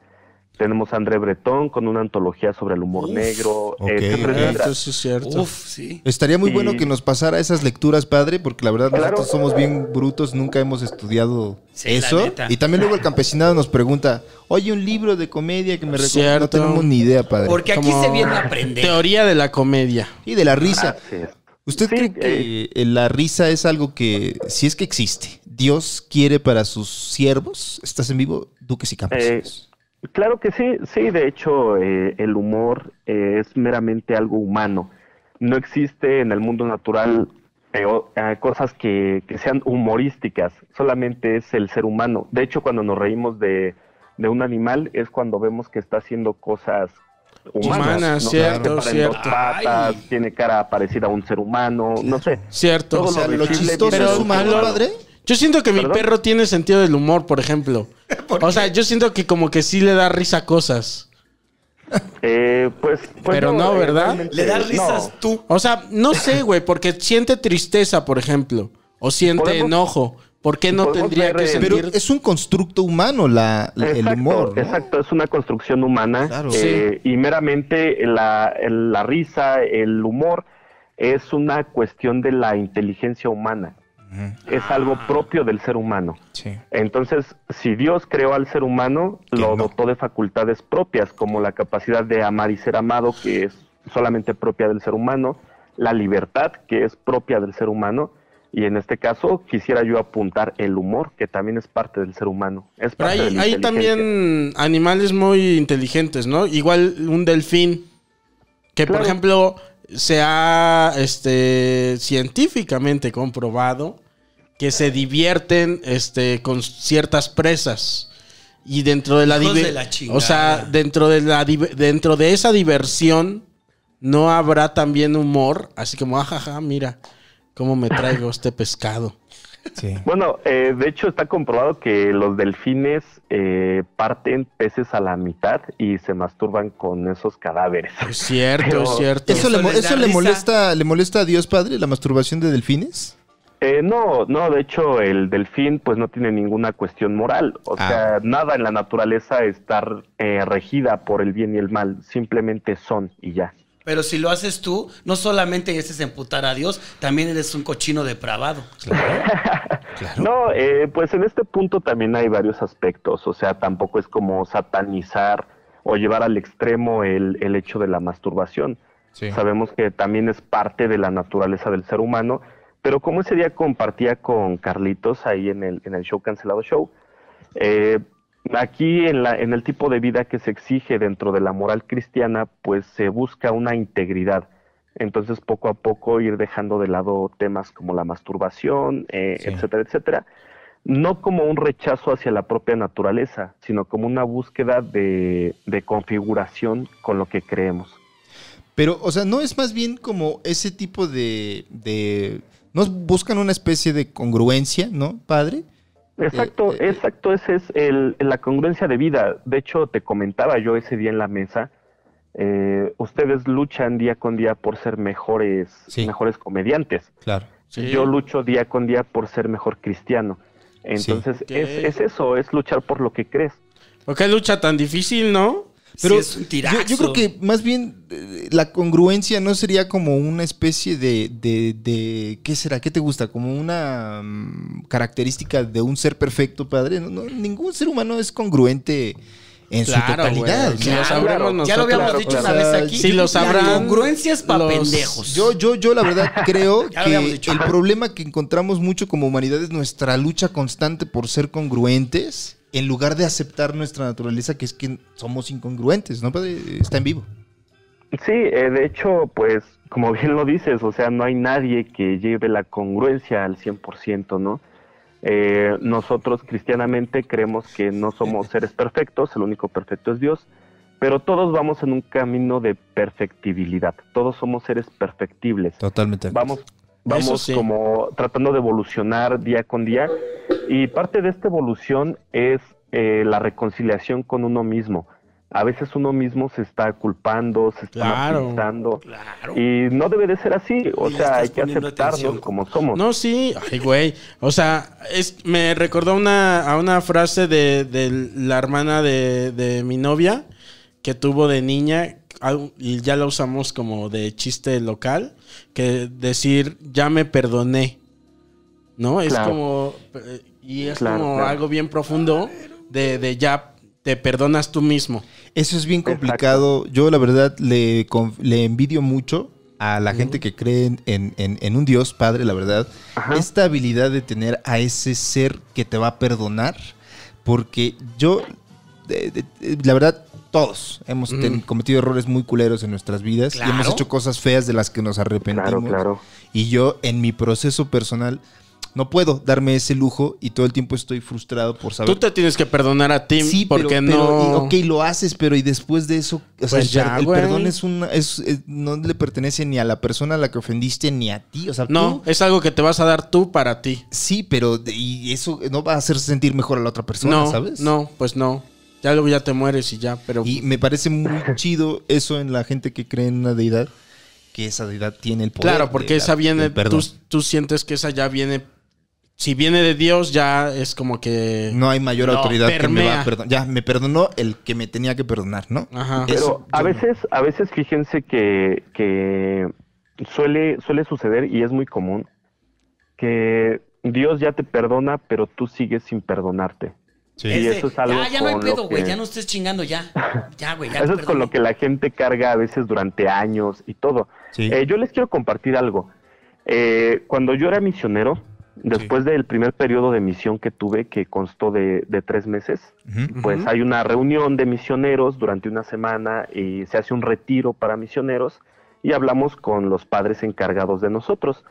Speaker 9: Tenemos a André Breton con una antología sobre el humor
Speaker 6: Uf,
Speaker 9: negro, Este, pues,
Speaker 5: ok,
Speaker 9: etcétera,
Speaker 5: ok.
Speaker 9: etcétera.
Speaker 7: Ah, Eso sí es cierto.
Speaker 6: Uf, sí.
Speaker 5: Estaría muy
Speaker 9: Y-
Speaker 5: bueno que nos pasara esas lecturas, padre, porque la verdad
Speaker 9: Claro.
Speaker 5: nosotros somos bien brutos, nunca hemos estudiado
Speaker 6: Sí, la
Speaker 5: eso.
Speaker 6: neta.
Speaker 5: Y también luego el campesinado nos pregunta, oye, un libro de comedia que me recomienda. No
Speaker 7: Cierto.
Speaker 5: tenemos ni idea, padre.
Speaker 6: Porque aquí
Speaker 7: Como-
Speaker 6: se viene a aprender.
Speaker 7: Teoría de la comedia.
Speaker 5: Y de la risa.
Speaker 9: Así es.
Speaker 5: ¿Usted
Speaker 9: Ah, Sí,
Speaker 5: cree que eh, la risa es algo que, si es que existe, Dios quiere para sus siervos? ¿Estás en vivo, Duques y Campesinos?
Speaker 9: Eh, Claro que sí, sí, de hecho eh, el humor eh, es meramente algo humano. No existe en el mundo natural eh, o- eh, cosas que, que sean humorísticas, solamente es el ser humano. De hecho, cuando nos reímos de, de un animal es cuando vemos que está haciendo cosas humanas.
Speaker 7: Humanas,
Speaker 9: ¿no?
Speaker 7: cierto,
Speaker 9: Se para en dos
Speaker 7: cierto.
Speaker 9: patas,
Speaker 6: Ay.
Speaker 9: tiene cara parecida a un ser humano, no sé.
Speaker 7: Cierto.
Speaker 9: Todo
Speaker 5: o sea,
Speaker 9: lo
Speaker 5: lo
Speaker 9: de Chile
Speaker 5: chistoso
Speaker 9: viene
Speaker 5: es
Speaker 9: del
Speaker 5: humano,
Speaker 9: humano.
Speaker 5: padre.
Speaker 7: Yo siento que mi
Speaker 9: ¿Perdón?
Speaker 7: perro tiene sentido del humor, por ejemplo. o sea, yo siento que como que sí le da risa a cosas.
Speaker 9: Eh, pues, pues
Speaker 7: Pero no,
Speaker 9: eh,
Speaker 7: ¿verdad?
Speaker 9: realmente
Speaker 6: Le das
Speaker 9: no.
Speaker 6: risas
Speaker 9: Uh.
Speaker 6: tú.
Speaker 7: O sea, no sé, güey, porque siente tristeza, por ejemplo, o siente
Speaker 9: Podemos-
Speaker 7: enojo. ¿Por qué no
Speaker 9: podemos
Speaker 7: tendría
Speaker 9: ver,
Speaker 7: que
Speaker 9: eh,
Speaker 7: sentir?
Speaker 5: Pero es un constructo humano la, la- el
Speaker 9: Exacto,
Speaker 5: humor. ¿no?
Speaker 9: Exacto, es una construcción humana
Speaker 5: Claro.
Speaker 9: eh, y meramente la, el- la risa, el humor, es una cuestión de la inteligencia humana. Es algo propio del ser humano.
Speaker 5: Sí.
Speaker 9: Entonces, si Dios creó al ser humano, lo
Speaker 5: no.
Speaker 9: dotó de facultades propias, como la capacidad de amar y ser amado, que es solamente propia del ser humano, la libertad, que es propia del ser humano, y en este caso quisiera yo apuntar el humor, que también es parte del ser humano. Es
Speaker 7: Pero
Speaker 9: parte de
Speaker 7: hay,
Speaker 9: la
Speaker 7: hay
Speaker 9: inteligencia.
Speaker 7: también animales muy inteligentes, ¿no? Igual un delfín, que por
Speaker 9: Claro.
Speaker 7: ejemplo se ha este, científicamente comprobado que se divierten este, con ciertas presas. Y dentro de la,
Speaker 6: Hijos
Speaker 7: diver-
Speaker 6: de la chingada.
Speaker 7: o sea, dentro de la div- dentro de esa diversión no habrá también humor, así como ajaja, mira cómo me traigo este pescado.
Speaker 5: Sí.
Speaker 9: Bueno, eh, de hecho está comprobado que los delfines eh, parten peces a la mitad y se masturban con esos cadáveres.
Speaker 7: Es cierto,
Speaker 9: Pero-
Speaker 7: es cierto.
Speaker 5: ¿Eso, le,
Speaker 6: Eso
Speaker 5: mo-
Speaker 6: les da
Speaker 5: eso le
Speaker 6: risa.
Speaker 5: molesta, le molesta a Dios Padre, la masturbación de delfines?
Speaker 9: Eh, no, no, de hecho el delfín pues no tiene ninguna cuestión moral. O
Speaker 5: Ah.
Speaker 9: sea, nada en la naturaleza está eh, regida por el bien y el mal. Simplemente son y ya.
Speaker 6: Pero si lo haces tú, no solamente haces emputar a Dios, también eres un cochino depravado.
Speaker 9: No, eh, pues en este punto también hay varios aspectos, o sea, tampoco es como satanizar o llevar al extremo el, el hecho de la masturbación. Sabemos que también es parte de la naturaleza del ser humano, pero como ese día compartía con Carlitos ahí en el, en el show Cancelado Show, eh, aquí en, la, en el tipo de vida que se exige dentro de la moral cristiana, pues se busca una integridad. Entonces, poco a poco ir dejando de lado temas como la masturbación, eh, etcétera, etcétera. No como un rechazo hacia la propia naturaleza, sino como una búsqueda de, de configuración con lo que creemos.
Speaker 5: Pero, o sea, ¿no es más bien como ese tipo de... de ¿No buscan una especie de congruencia, no, Padre?
Speaker 9: Exacto,
Speaker 5: Eh, eh,
Speaker 9: exacto, esa es el- la congruencia de vida. De hecho, te comentaba yo ese día en la mesa, eh, ustedes luchan día con día por ser mejores,
Speaker 5: Sí.
Speaker 9: mejores comediantes.
Speaker 5: Claro.
Speaker 9: Yo lucho día con día por ser mejor cristiano. Entonces,
Speaker 7: Ok.
Speaker 9: es, es eso, es luchar por lo que crees.
Speaker 7: ¿Por qué lucha tan difícil, no?
Speaker 6: Pero es un
Speaker 5: yo,
Speaker 6: tirazo.
Speaker 5: yo creo que más bien eh, la congruencia no sería como una especie de, de- de- ¿Qué será? ¿Qué te gusta? Como una mm, característica de un ser perfecto, Padre. No, no, ningún ser humano es congruente en su
Speaker 7: Claro,
Speaker 5: totalidad. ¿no?
Speaker 7: güey. Si lo sabremos nosotros.
Speaker 6: ya lo habíamos dicho
Speaker 5: claro.
Speaker 6: una vez aquí.
Speaker 7: Si lo sabrán
Speaker 6: Congruencias para
Speaker 7: los-
Speaker 6: pendejos.
Speaker 5: Yo, yo, yo la verdad creo
Speaker 6: Pues, Ya lo habíamos
Speaker 5: que
Speaker 6: dicho.
Speaker 5: el problema que encontramos mucho como humanidad es nuestra lucha constante por ser congruentes en lugar de aceptar nuestra naturaleza, que es que somos incongruentes, ¿no? padre? Está en vivo.
Speaker 9: Sí, eh, de hecho, pues, como bien lo dices, o sea, no hay nadie que lleve la congruencia al 100%, ¿no? Eh, nosotros cristianamente creemos que no somos seres perfectos, el único perfecto es Dios, pero todos vamos en un camino de perfectibilidad, todos somos seres perfectibles.
Speaker 5: Totalmente.
Speaker 9: Vamos, vamos
Speaker 7: sí.
Speaker 9: como tratando de evolucionar día con día. Y parte de esta evolución es eh, la reconciliación con uno mismo. A veces uno mismo se está culpando, se está
Speaker 7: Claro.
Speaker 9: martirizando.
Speaker 6: Claro.
Speaker 9: Y no debe de ser así. O
Speaker 6: Y le
Speaker 9: sea,
Speaker 6: estás
Speaker 9: hay que
Speaker 6: poniendo
Speaker 9: aceptarnos
Speaker 6: atención.
Speaker 9: como somos.
Speaker 7: No, sí. Ay, güey. O sea, es, me recordó una, a una frase de, de la hermana de, de mi novia que tuvo de niña. au- Y ya la usamos como de chiste local. Que decir, ya me perdoné. ¿No? Es
Speaker 9: Claro.
Speaker 7: como. eh, Y es
Speaker 9: Claro,
Speaker 7: como
Speaker 9: claro.
Speaker 7: algo bien profundo de, de ya te perdonas tú mismo.
Speaker 5: Eso es bien complicado. Yo, la verdad, le, conf- le envidio mucho a la gente que cree en, en- en- en un Dios Padre, la verdad. Esta habilidad de tener a ese ser que te va a perdonar, porque yo, de- de- de- la verdad, todos hemos ten- cometido errores muy culeros en nuestras vidas y hemos
Speaker 6: Claro.
Speaker 5: hecho cosas feas de las que nos
Speaker 9: claro,
Speaker 5: arrepentimos.
Speaker 9: claro.
Speaker 5: Y yo en mi proceso personal no puedo darme ese lujo y todo el tiempo estoy frustrado por saber
Speaker 7: Tú te tienes que perdonar a ti
Speaker 5: Sí, pero,
Speaker 7: porque no.
Speaker 5: pero, y- ok, lo haces, pero y después de eso, o sea,
Speaker 7: Pues ya,
Speaker 5: el
Speaker 7: güey.
Speaker 5: perdón es una, es, es- no le pertenece ni a la persona a la que ofendiste ni a ti, o sea,
Speaker 7: no,
Speaker 5: tú-
Speaker 7: es algo que te vas a dar tú para ti.
Speaker 5: sí, pero de- y eso no va a hacer sentir mejor a la otra persona,
Speaker 7: no,
Speaker 5: ¿sabes?
Speaker 7: No, pues no. Ya luego ya te mueres y ya, pero
Speaker 5: Y me parece muy chido eso en la gente que cree en una deidad, que esa deidad tiene el poder.
Speaker 7: claro,
Speaker 5: de
Speaker 7: porque
Speaker 5: la-
Speaker 7: esa viene,
Speaker 5: del perdón.
Speaker 7: tú, tú sientes que esa ya viene, si viene de Dios ya es como que...
Speaker 5: no hay mayor
Speaker 7: No,
Speaker 5: autoridad que me va
Speaker 7: permea.
Speaker 5: a perdonar. Ya, me perdonó el que me tenía que perdonar, ¿no?
Speaker 7: Ajá.
Speaker 5: Eso
Speaker 9: Pero a
Speaker 5: yo no.
Speaker 9: veces, a veces fíjense que, que suele, suele suceder y es muy común que Dios ya te perdona, pero tú sigues sin perdonarte.
Speaker 6: Es
Speaker 9: Y
Speaker 6: de,
Speaker 9: eso es algo
Speaker 6: ya, ya no hay
Speaker 9: con lo
Speaker 6: pedo, güey.
Speaker 9: que-
Speaker 6: Ya no estés chingando, ya. Ya, güey. Ya
Speaker 9: Eso
Speaker 6: te
Speaker 9: es con lo que
Speaker 6: perdoné.
Speaker 9: la gente carga a veces durante años y todo.
Speaker 5: Sí.
Speaker 9: Eh, yo les quiero compartir algo. Eh, cuando yo era misionero, después del primer periodo de misión que tuve, que constó de, de tres meses,
Speaker 5: Ujú.
Speaker 9: pues hay una reunión de misioneros durante una semana y se hace un retiro para misioneros y hablamos con los padres encargados de nosotros.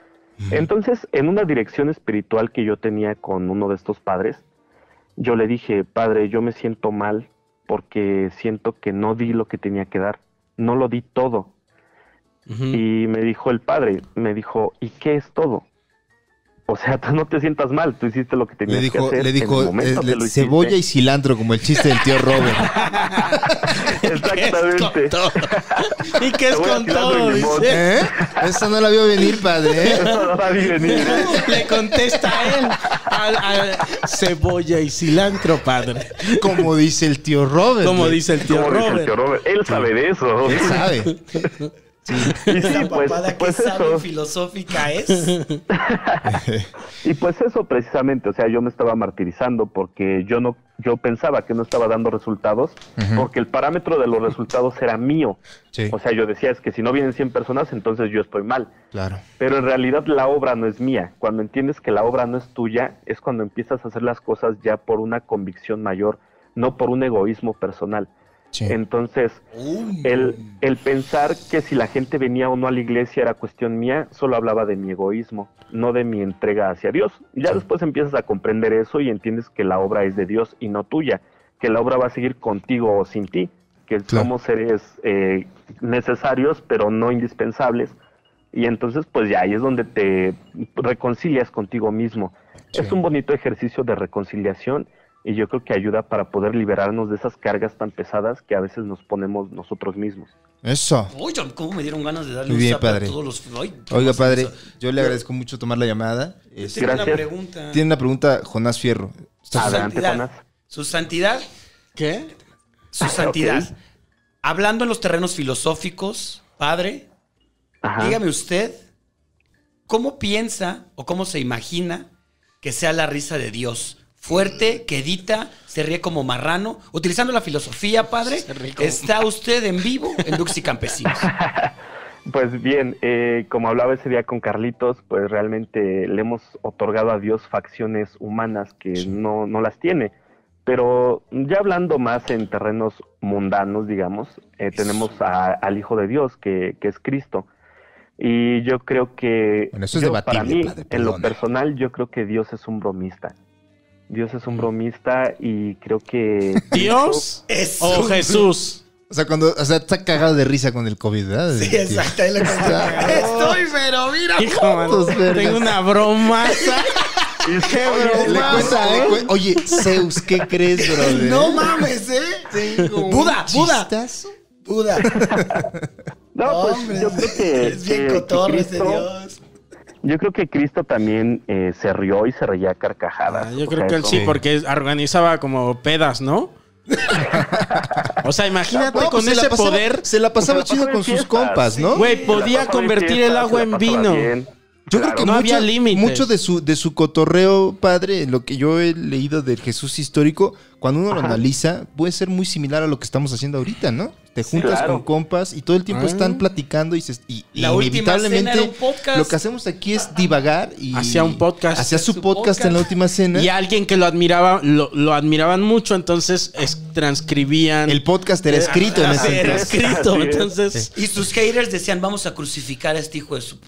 Speaker 9: Entonces, en una dirección espiritual que yo tenía con uno de estos padres, yo le dije, padre, yo me siento mal porque siento que no di lo que tenía que dar, no lo di todo.
Speaker 5: Eh, Mm.
Speaker 9: Y me dijo el padre, me dijo, ¿y qué es todo? O sea, tú no te sientas mal, tú hiciste lo que tenías
Speaker 5: Le
Speaker 9: que
Speaker 5: dijo,
Speaker 9: hacer.
Speaker 5: le
Speaker 9: en el
Speaker 5: dijo eh,
Speaker 9: momento que
Speaker 5: le-
Speaker 9: lo hiciste.
Speaker 5: cebolla y cilantro, como el chiste del tío Robert.
Speaker 9: Exactamente.
Speaker 7: ¿Y qué es
Speaker 9: Te voy
Speaker 7: con
Speaker 9: tirando
Speaker 7: todo?
Speaker 9: el limón.
Speaker 7: Dice.
Speaker 5: ¿Eh? Eso no la vio venir, padre. ¿eh?
Speaker 9: Eso no va a venir, ¿eh?
Speaker 7: Le contesta a él. al- al- cebolla y cilantro, padre.
Speaker 5: ¿eh? Como dice el tío Robert.
Speaker 7: Como
Speaker 5: güey.
Speaker 7: dice el tío
Speaker 9: ¿Cómo dice el
Speaker 7: Robert.
Speaker 9: tío Robert? Él sabe de eso.
Speaker 5: Él sabe.
Speaker 9: Y sí,
Speaker 6: Esa
Speaker 9: pues,
Speaker 6: papada
Speaker 9: pues
Speaker 6: que sabe
Speaker 9: eso.
Speaker 6: filosófica es.
Speaker 9: Y pues eso precisamente, o sea, yo me estaba martirizando porque yo no, yo pensaba que no estaba dando resultados, porque el parámetro de los resultados era mío.
Speaker 5: Sí.
Speaker 9: O sea, yo decía, es que si no vienen 100 personas, entonces yo estoy mal.
Speaker 5: Claro.
Speaker 9: Pero en realidad la obra no es mía. Cuando entiendes que la obra no es tuya, es cuando empiezas a hacer las cosas ya por una convicción mayor, no por un egoísmo personal.
Speaker 5: Sí.
Speaker 9: Entonces, el, el pensar que si la gente venía o no a la iglesia era cuestión mía, solo hablaba de mi egoísmo, no de mi entrega hacia Dios. Ya después empiezas a comprender eso y entiendes que la obra es de Dios y no tuya, que la obra va a seguir contigo o sin ti, que
Speaker 5: Claro.
Speaker 9: somos seres eh, necesarios pero no indispensables. Y entonces, pues ya ahí es donde te reconcilias contigo mismo. Es un bonito ejercicio de reconciliación y yo creo que ayuda para poder liberarnos de esas cargas tan pesadas que a veces nos ponemos nosotros mismos.
Speaker 5: Eso.
Speaker 6: Uy, cómo me dieron ganas de darle
Speaker 5: Muy
Speaker 6: un
Speaker 5: bien,
Speaker 6: zape
Speaker 5: padre.
Speaker 6: a todos los. Ay, qué
Speaker 5: Oiga,
Speaker 6: cosa
Speaker 5: padre,
Speaker 6: esa.
Speaker 5: yo le agradezco mucho tomar la llamada. Es-
Speaker 6: Tengo una
Speaker 9: Gracias.
Speaker 6: pregunta.
Speaker 5: tiene una pregunta, Jonás Fierro.
Speaker 6: Su
Speaker 9: Adelante,
Speaker 6: santidad.
Speaker 9: Jonás.
Speaker 6: Su santidad.
Speaker 7: ¿Qué?
Speaker 6: Su santidad. Hablando en los terrenos filosóficos, padre,
Speaker 9: Ajá.
Speaker 6: dígame usted, ¿cómo piensa o cómo se imagina que sea la risa de Dios? fuerte, que edita, se ríe como marrano. Utilizando la filosofía, padre, está usted en vivo en Dux y Campesinos.
Speaker 9: Pues bien, eh, como hablaba ese día con Carlitos, pues realmente le hemos otorgado a Dios facciones humanas que no, no las tiene. Pero ya hablando más en terrenos mundanos, digamos, eh, tenemos a- al Hijo de Dios, que, que es Cristo. Y yo creo que...
Speaker 5: Bueno, eso es
Speaker 9: yo,
Speaker 5: debatible,
Speaker 9: Para mí,
Speaker 5: padre,
Speaker 9: en lo
Speaker 5: perdone.
Speaker 9: personal, yo creo que Dios es un bromista. Dios es
Speaker 5: Mm.
Speaker 9: un bromista y creo que...
Speaker 7: ¿Dios
Speaker 6: Es
Speaker 7: o
Speaker 6: un-
Speaker 7: Jesús?
Speaker 5: O sea, cuando, o sea, está cagado de risa con el COVID, ¿verdad?
Speaker 6: Sí, exacto. ahí lo comenté. Estoy, pero mira.
Speaker 7: Hijo, mano, tengo una broma.
Speaker 5: Qué oye, le cuesta, le cue- oye, Zeus, ¿qué crees, brother?
Speaker 6: No mames, ¿eh? Buda, Buda,
Speaker 5: ¿Chistazo?
Speaker 6: Buda.
Speaker 9: No, pues
Speaker 6: Hombre,
Speaker 9: yo creo que...
Speaker 6: es bien
Speaker 9: que- que
Speaker 6: cotorro ese
Speaker 9: Cristo-
Speaker 6: Dios.
Speaker 9: Yo creo que Cristo también eh, se rió y se reía a carcajadas.
Speaker 7: Ah, yo
Speaker 9: O
Speaker 7: creo
Speaker 9: sea,
Speaker 7: que él
Speaker 9: eso-
Speaker 7: sí, porque organizaba como pedas, ¿no? O sea, imagínate
Speaker 5: No, pues
Speaker 7: con
Speaker 5: se la
Speaker 7: ese
Speaker 5: pasaba-
Speaker 7: poder.
Speaker 5: Se la pasaba
Speaker 9: Se la
Speaker 5: chido
Speaker 9: pasaba
Speaker 5: con
Speaker 9: en
Speaker 5: sus
Speaker 9: fiestas,
Speaker 5: compas,
Speaker 9: sí.
Speaker 5: ¿no?
Speaker 7: Güey,
Speaker 9: Se la
Speaker 7: podía
Speaker 9: pasaba
Speaker 7: convertir
Speaker 9: fiesta,
Speaker 7: el agua
Speaker 9: se la
Speaker 7: en
Speaker 9: pasaba
Speaker 7: vino.
Speaker 9: bien.
Speaker 5: Yo
Speaker 9: Claro.
Speaker 5: creo que
Speaker 7: No había
Speaker 5: mucho-
Speaker 7: límites.
Speaker 5: Mucho de su, de su cotorreo, padre, lo que yo he leído del Jesús histórico, cuando uno lo analiza, puede ser muy similar a lo que estamos haciendo ahorita, ¿no? Te juntas
Speaker 9: claro.
Speaker 5: con compas y todo el tiempo están platicando y, se, y- y
Speaker 6: La última cena era un
Speaker 5: inevitablemente
Speaker 6: podcast.
Speaker 5: lo que hacemos aquí es divagar y
Speaker 7: Hacía un podcast.
Speaker 5: Hacía su,
Speaker 6: Su
Speaker 5: podcast,
Speaker 6: podcast.
Speaker 5: en la última cena.
Speaker 7: Y alguien que lo admiraba, lo, lo admiraban mucho, entonces es- transcribían.
Speaker 5: El podcast era escrito en ese
Speaker 7: Ah, era
Speaker 5: entonces.
Speaker 7: escrito,
Speaker 9: Así es.
Speaker 7: entonces.
Speaker 6: Y sus haters decían, vamos a crucificar a este hijo de su...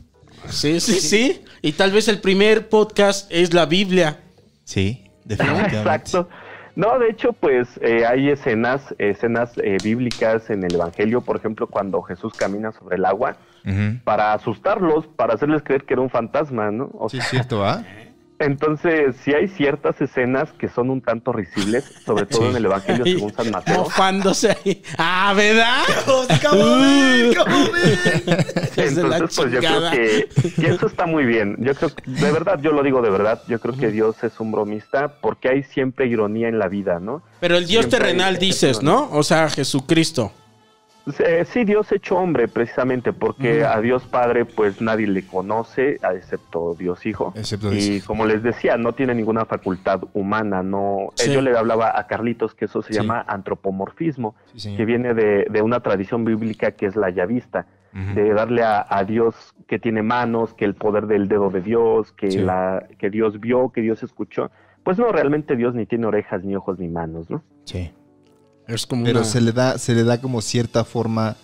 Speaker 7: Sí, sí, sí. Y tal vez el primer podcast es la Biblia.
Speaker 5: Sí, definitivamente.
Speaker 9: Exacto. No, de hecho, pues eh, hay escenas, escenas eh, bíblicas en el Evangelio, por ejemplo, cuando Jesús camina sobre el agua
Speaker 5: Ujú.
Speaker 9: para asustarlos, para hacerles creer que era un fantasma, ¿no? O
Speaker 5: Sí,
Speaker 9: sea,
Speaker 5: es cierto, ¿ah?
Speaker 9: Entonces, sí hay ciertas escenas que son un tanto risibles, sobre todo en el Evangelio según San Mateo.
Speaker 7: Mofándose ahí. Ah, ¿verdad? Hijos de la
Speaker 9: Entonces, pues yo creo
Speaker 7: chingada.
Speaker 9: que, que eso está muy bien. Yo creo, de verdad, yo lo digo de verdad, yo creo que Dios es un bromista porque hay siempre ironía en la vida, ¿no?
Speaker 7: Pero el Dios
Speaker 9: Siempre hay
Speaker 7: terrenal dices, ¿no? O sea, Jesucristo.
Speaker 9: Eh, Sí, Dios hecho hombre, precisamente, porque a Dios Padre, pues nadie le conoce, a- excepto Dios Hijo.
Speaker 5: Excepto Dios
Speaker 9: y
Speaker 5: Hijo.
Speaker 9: como les decía, no tiene ninguna facultad humana. No, Eh,
Speaker 7: Sí.
Speaker 9: yo le hablaba a Carlitos que eso se
Speaker 5: Sí.
Speaker 9: llama antropomorfismo,
Speaker 5: Sí, señor.
Speaker 9: que viene de, de una tradición bíblica que es la yavista, de darle a, a Dios que tiene manos, que el poder del dedo de Dios, que
Speaker 5: Sí.
Speaker 9: la que Dios vio, que Dios escuchó. Pues no, realmente Dios ni tiene orejas, ni ojos, ni manos, ¿no?
Speaker 5: Sí.
Speaker 7: Es como
Speaker 5: Pero
Speaker 7: una-
Speaker 5: se le da, se le da como cierta forma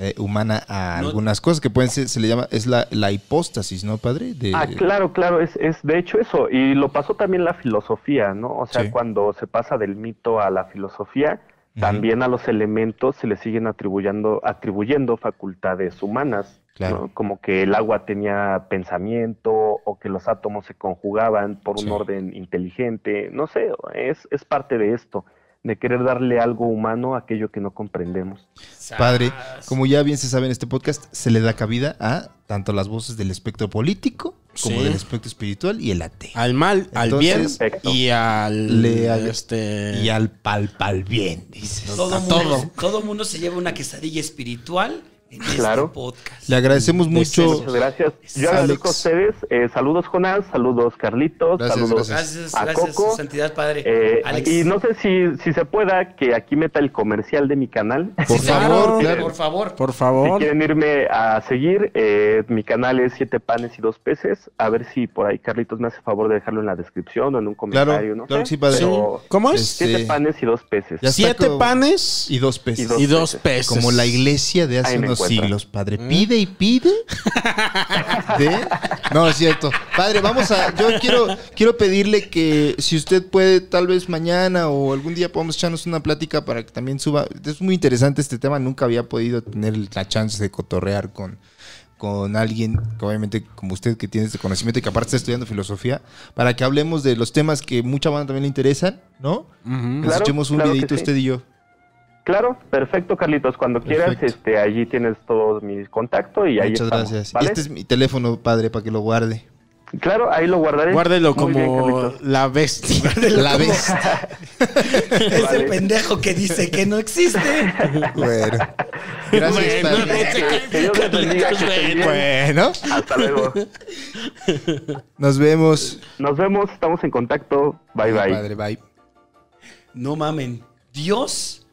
Speaker 5: eh, humana a
Speaker 6: No-
Speaker 5: algunas cosas que pueden ser, se le llama, es la, la hipóstasis, ¿no, padre? De-
Speaker 9: Ah, claro, claro, es, es de hecho eso. Y lo pasó también la filosofía, ¿no? O sea,
Speaker 5: Sí.
Speaker 9: cuando se pasa del mito a la filosofía, también a los elementos se le siguen atribuyendo, atribuyendo facultades humanas,
Speaker 5: Claro.
Speaker 9: ¿no? Como que el agua tenía pensamiento o que los átomos se conjugaban por un
Speaker 5: Sí.
Speaker 9: orden inteligente. No sé, es, es parte de esto, de querer darle algo humano a aquello que no comprendemos.
Speaker 5: Padre,
Speaker 6: ah,
Speaker 5: como ya bien se sabe en este podcast, se le da cabida a tanto las voces del espectro político como
Speaker 7: Sí.
Speaker 5: del espectro espiritual y el ateo.
Speaker 7: Al mal, al bien
Speaker 5: Entonces,
Speaker 9: Perfecto.
Speaker 7: y al...
Speaker 5: Le- al-
Speaker 7: este...
Speaker 5: Y al pal pal bien, dices.
Speaker 6: Todo
Speaker 5: A
Speaker 6: mundo,
Speaker 5: todo.
Speaker 6: todo mundo se lleva una quesadilla espiritual en
Speaker 9: Claro.
Speaker 6: este podcast.
Speaker 5: Le agradecemos mucho.
Speaker 9: Muchas gracias.
Speaker 5: Alex.
Speaker 9: Yo agradezco a ustedes. Eh, saludos, Jonás. Saludos, Carlitos.
Speaker 5: Gracias,
Speaker 9: saludos,
Speaker 6: Gracias,
Speaker 9: a
Speaker 6: gracias,
Speaker 9: Coco.
Speaker 6: su santidad, padre.
Speaker 9: Eh,
Speaker 6: Alex.
Speaker 9: Y no sé si, si se pueda que aquí meta el comercial de mi canal.
Speaker 5: Por
Speaker 6: Sí,
Speaker 5: favor,
Speaker 6: claro,
Speaker 5: claro.
Speaker 6: por favor.
Speaker 7: Por
Speaker 9: Si
Speaker 7: favor.
Speaker 9: quieren irme a seguir, eh, mi canal es Siete Panes y Dos Peces. A ver si por ahí Carlitos me hace favor de dejarlo en la descripción o en un
Speaker 5: Claro,
Speaker 9: comentario. no
Speaker 5: claro que
Speaker 9: sé,
Speaker 5: sí, padre.
Speaker 9: pero
Speaker 7: ¿Cómo es?
Speaker 5: Sí.
Speaker 9: Siete Panes y Dos Peces.
Speaker 5: Ya está
Speaker 7: Siete
Speaker 5: como-
Speaker 7: panes
Speaker 5: Y dos pesos.
Speaker 9: Y dos
Speaker 7: y dos
Speaker 9: peces.
Speaker 7: peces.
Speaker 5: Como la iglesia de hace
Speaker 9: Ahí me
Speaker 5: unos
Speaker 9: encuentran.
Speaker 5: siglos, padre. Pide y pide. de- No, es cierto. Padre, vamos a. Yo quiero, quiero pedirle que si usted puede, tal vez mañana o algún día podamos echarnos una plática para que también suba. Es muy interesante este tema. Nunca había podido tener la chance de cotorrear con con alguien, que obviamente como usted que tiene este conocimiento y que aparte está estudiando filosofía, para que hablemos de los temas que mucha banda también le interesan, ¿no? Nos
Speaker 9: Claro,
Speaker 5: echemos un
Speaker 9: claro que
Speaker 5: videito
Speaker 9: sí.
Speaker 5: usted y yo.
Speaker 9: Claro, perfecto, Carlitos. Cuando quieras,
Speaker 5: Perfecto.
Speaker 9: este, allí tienes todo mi contacto y ahí
Speaker 5: Muchas
Speaker 9: estamos,
Speaker 5: gracias.
Speaker 9: ¿vale?
Speaker 5: Este es mi teléfono, padre, para que lo guarde.
Speaker 9: Claro, ahí lo guardaré.
Speaker 7: Guárdelo
Speaker 9: Muy bien,
Speaker 7: como
Speaker 9: Carlitos.
Speaker 7: la bestia.
Speaker 5: La ves.
Speaker 6: Ese
Speaker 9: Vale.
Speaker 6: pendejo que dice que no existe.
Speaker 5: Bueno. Gracias,
Speaker 7: Bueno,
Speaker 5: Tania.
Speaker 9: Que Dios les bendiga, que estén bien.
Speaker 5: Bueno.
Speaker 9: Hasta luego.
Speaker 5: Nos vemos.
Speaker 9: Nos vemos, estamos en contacto. Bye bye.
Speaker 5: Padre, bye.
Speaker 6: No mamen. Dios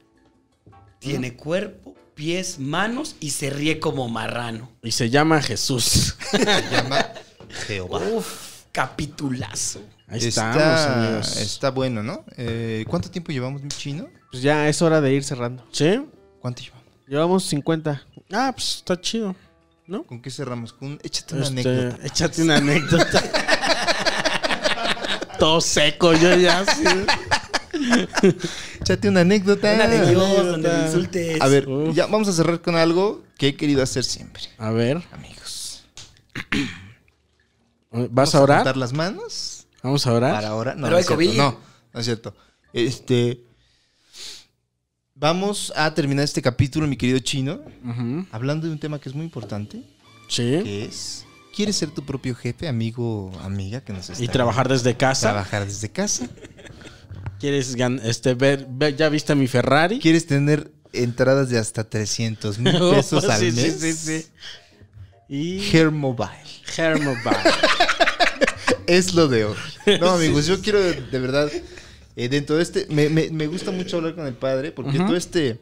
Speaker 6: tiene cuerpo, pies, manos y se ríe como marrano.
Speaker 7: Y se llama Jesús.
Speaker 6: Uf, capitulazo.
Speaker 7: Ahí estamos,
Speaker 5: Está,
Speaker 7: amigos.
Speaker 5: está bueno, ¿no? Eh, ¿Cuánto tiempo llevamos, mi chino?
Speaker 8: Pues ya es hora de ir cerrando.
Speaker 7: ¿Sí?
Speaker 5: ¿Cuánto llevamos?
Speaker 8: Llevamos 50.
Speaker 7: Ah, pues está chido.
Speaker 5: ¿Con qué cerramos? Con, échate una
Speaker 7: Este,
Speaker 5: anécdota.
Speaker 7: Échate una anécdota. Todo seco, yo ya. sí.
Speaker 5: Échate una anécdota.
Speaker 6: Una de Dios donde
Speaker 7: está.
Speaker 6: me insultes.
Speaker 5: A ver,
Speaker 7: Uf.
Speaker 5: ya vamos a cerrar con algo que he querido hacer siempre,
Speaker 7: A ver,
Speaker 5: amigos.
Speaker 7: ¿vas
Speaker 5: Vamos
Speaker 7: a
Speaker 5: juntar
Speaker 7: orar?
Speaker 5: las manos.
Speaker 7: Vamos a orar.
Speaker 5: Para ahora, no,
Speaker 6: Pero
Speaker 5: no
Speaker 6: hay
Speaker 5: es cierto,
Speaker 6: COVID.
Speaker 5: no, no es cierto. Este. Vamos a terminar este capítulo, mi querido chino,
Speaker 7: Ujú.
Speaker 5: hablando de un tema que es muy importante,
Speaker 7: Sí.
Speaker 5: que es, ¿quieres ser tu propio jefe, amigo, amiga que nos está
Speaker 7: Y trabajar desde casa.
Speaker 5: trabajar desde casa?
Speaker 7: ¿Quieres gan- este, ver, ver- ¿Ya viste mi Ferrari?
Speaker 5: ¿Quieres tener entradas de hasta 300 mil
Speaker 7: Oh,
Speaker 5: pesos al
Speaker 7: sí, sí,
Speaker 5: mes?
Speaker 7: sí, sí. Y
Speaker 5: Hair Mobile.
Speaker 7: Hermobile.
Speaker 5: es lo de hoy. No, amigos, yo quiero de, de verdad, eh, dentro de este, me, me- me gusta mucho hablar con el padre, porque
Speaker 7: Ujú.
Speaker 5: todo este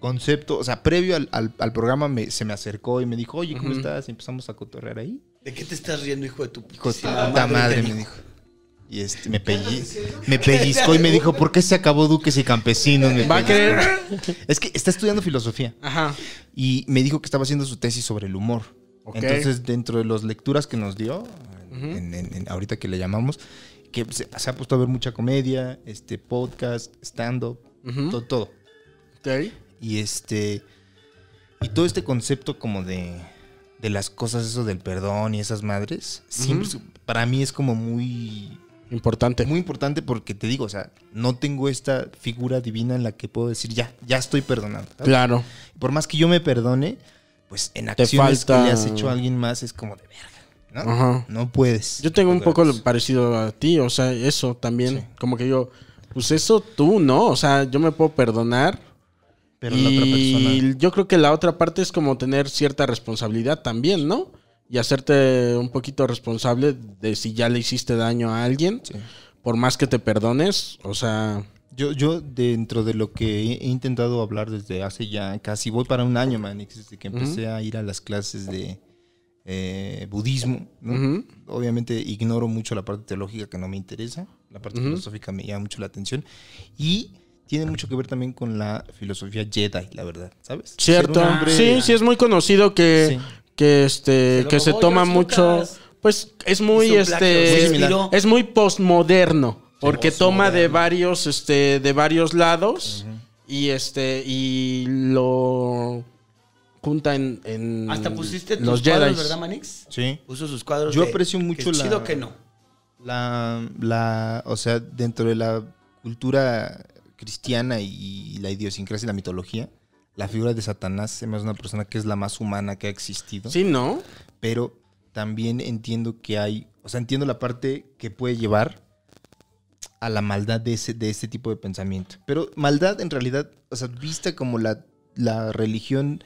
Speaker 5: concepto, o sea, previo al, al- al programa me- se me acercó y me dijo, oye, ¿cómo
Speaker 7: Ujú.
Speaker 5: estás? Y empezamos a cotorrear ahí.
Speaker 6: ¿De qué te estás riendo, hijo de tu
Speaker 5: Hijo de
Speaker 6: putísima
Speaker 5: puta
Speaker 6: madre?
Speaker 5: madre, me dijo. Y este, me, pelli- me pellizcó y me dijo, ¿por qué se acabó Duques y Campesinos? Me
Speaker 7: Va a
Speaker 5: pellizcó.
Speaker 7: querer.
Speaker 5: Es que está estudiando filosofía
Speaker 7: Ajá.
Speaker 5: y me dijo que estaba haciendo su tesis sobre el humor.
Speaker 7: Ok.
Speaker 5: Entonces, dentro de las lecturas que nos dio, en- en- en- ahorita que le llamamos, que se, se ha puesto a ver mucha comedia, este podcast, stand-up,
Speaker 7: Ujú.
Speaker 5: todo, todo.
Speaker 7: Ok.
Speaker 5: Y este. Y todo este concepto como de. de las cosas, eso del perdón y esas madres. siempre es- para mí es como muy.
Speaker 7: Importante.
Speaker 5: Muy importante porque te digo, o sea, no tengo esta figura divina en la que puedo decir ya, ya estoy perdonado. ¿sabes?
Speaker 7: Claro.
Speaker 5: por más que yo me perdone, pues en
Speaker 7: Te
Speaker 5: acciones
Speaker 7: falta-
Speaker 5: que le has hecho a alguien más es como de verga, ¿no?
Speaker 7: Ajá.
Speaker 5: No puedes.
Speaker 7: Yo tengo un poco
Speaker 5: Pero,
Speaker 7: lo parecido a ti, o sea, eso también. Como que yo, pues eso tú no, o sea, yo me puedo perdonar.
Speaker 5: pero la otra persona.
Speaker 7: yo creo que la otra parte es como tener cierta responsabilidad también, ¿no? Y hacerte un poquito responsable de si ya le hiciste daño a alguien,
Speaker 5: Sí.
Speaker 7: por más que te perdones, o sea,
Speaker 5: Yo, yo dentro de lo que he he intentado hablar desde hace ya casi voy para un año, man, desde que empecé a ir a las clases de eh, budismo, ¿no?
Speaker 7: Ujú.
Speaker 5: Obviamente ignoro mucho la parte teológica que no me interesa, la parte
Speaker 7: Ujú.
Speaker 5: filosófica me llama mucho la atención y tiene mucho que ver también con la filosofía Jedi, la verdad, ¿sabes?
Speaker 7: cierto.
Speaker 5: Ser un hombre-
Speaker 7: sí, sí es muy conocido que, que este,
Speaker 6: lo
Speaker 7: que se
Speaker 6: robó
Speaker 7: toma
Speaker 6: George
Speaker 7: mucho,
Speaker 6: Lucas.
Speaker 7: pues es
Speaker 6: Hizo
Speaker 7: muy
Speaker 6: un plagio, se
Speaker 7: este,
Speaker 6: inspiró.
Speaker 7: Es muy postmoderno. Porque toma de varios, este, de varios lados. Y este. Y lo junta en. en
Speaker 6: Hasta pusiste tus
Speaker 7: los
Speaker 6: cuadros,
Speaker 7: Jedi.
Speaker 6: ¿verdad, Manix?
Speaker 5: Sí.
Speaker 6: Puso sus cuadros.
Speaker 5: Yo
Speaker 6: de-
Speaker 5: aprecio mucho
Speaker 6: que
Speaker 5: la-
Speaker 6: Chido que no.
Speaker 5: la, la, o sea, dentro de la cultura cristiana y, la idiosincrasia y la mitología, la figura de Satanás se me hace una persona que es la más humana que ha existido.
Speaker 7: Sí, ¿no?
Speaker 5: Pero también entiendo que hay, o sea, entiendo la parte que puede llevar a la maldad de ese, de ese tipo de pensamiento. Pero maldad en realidad, o sea, vista como la, la religión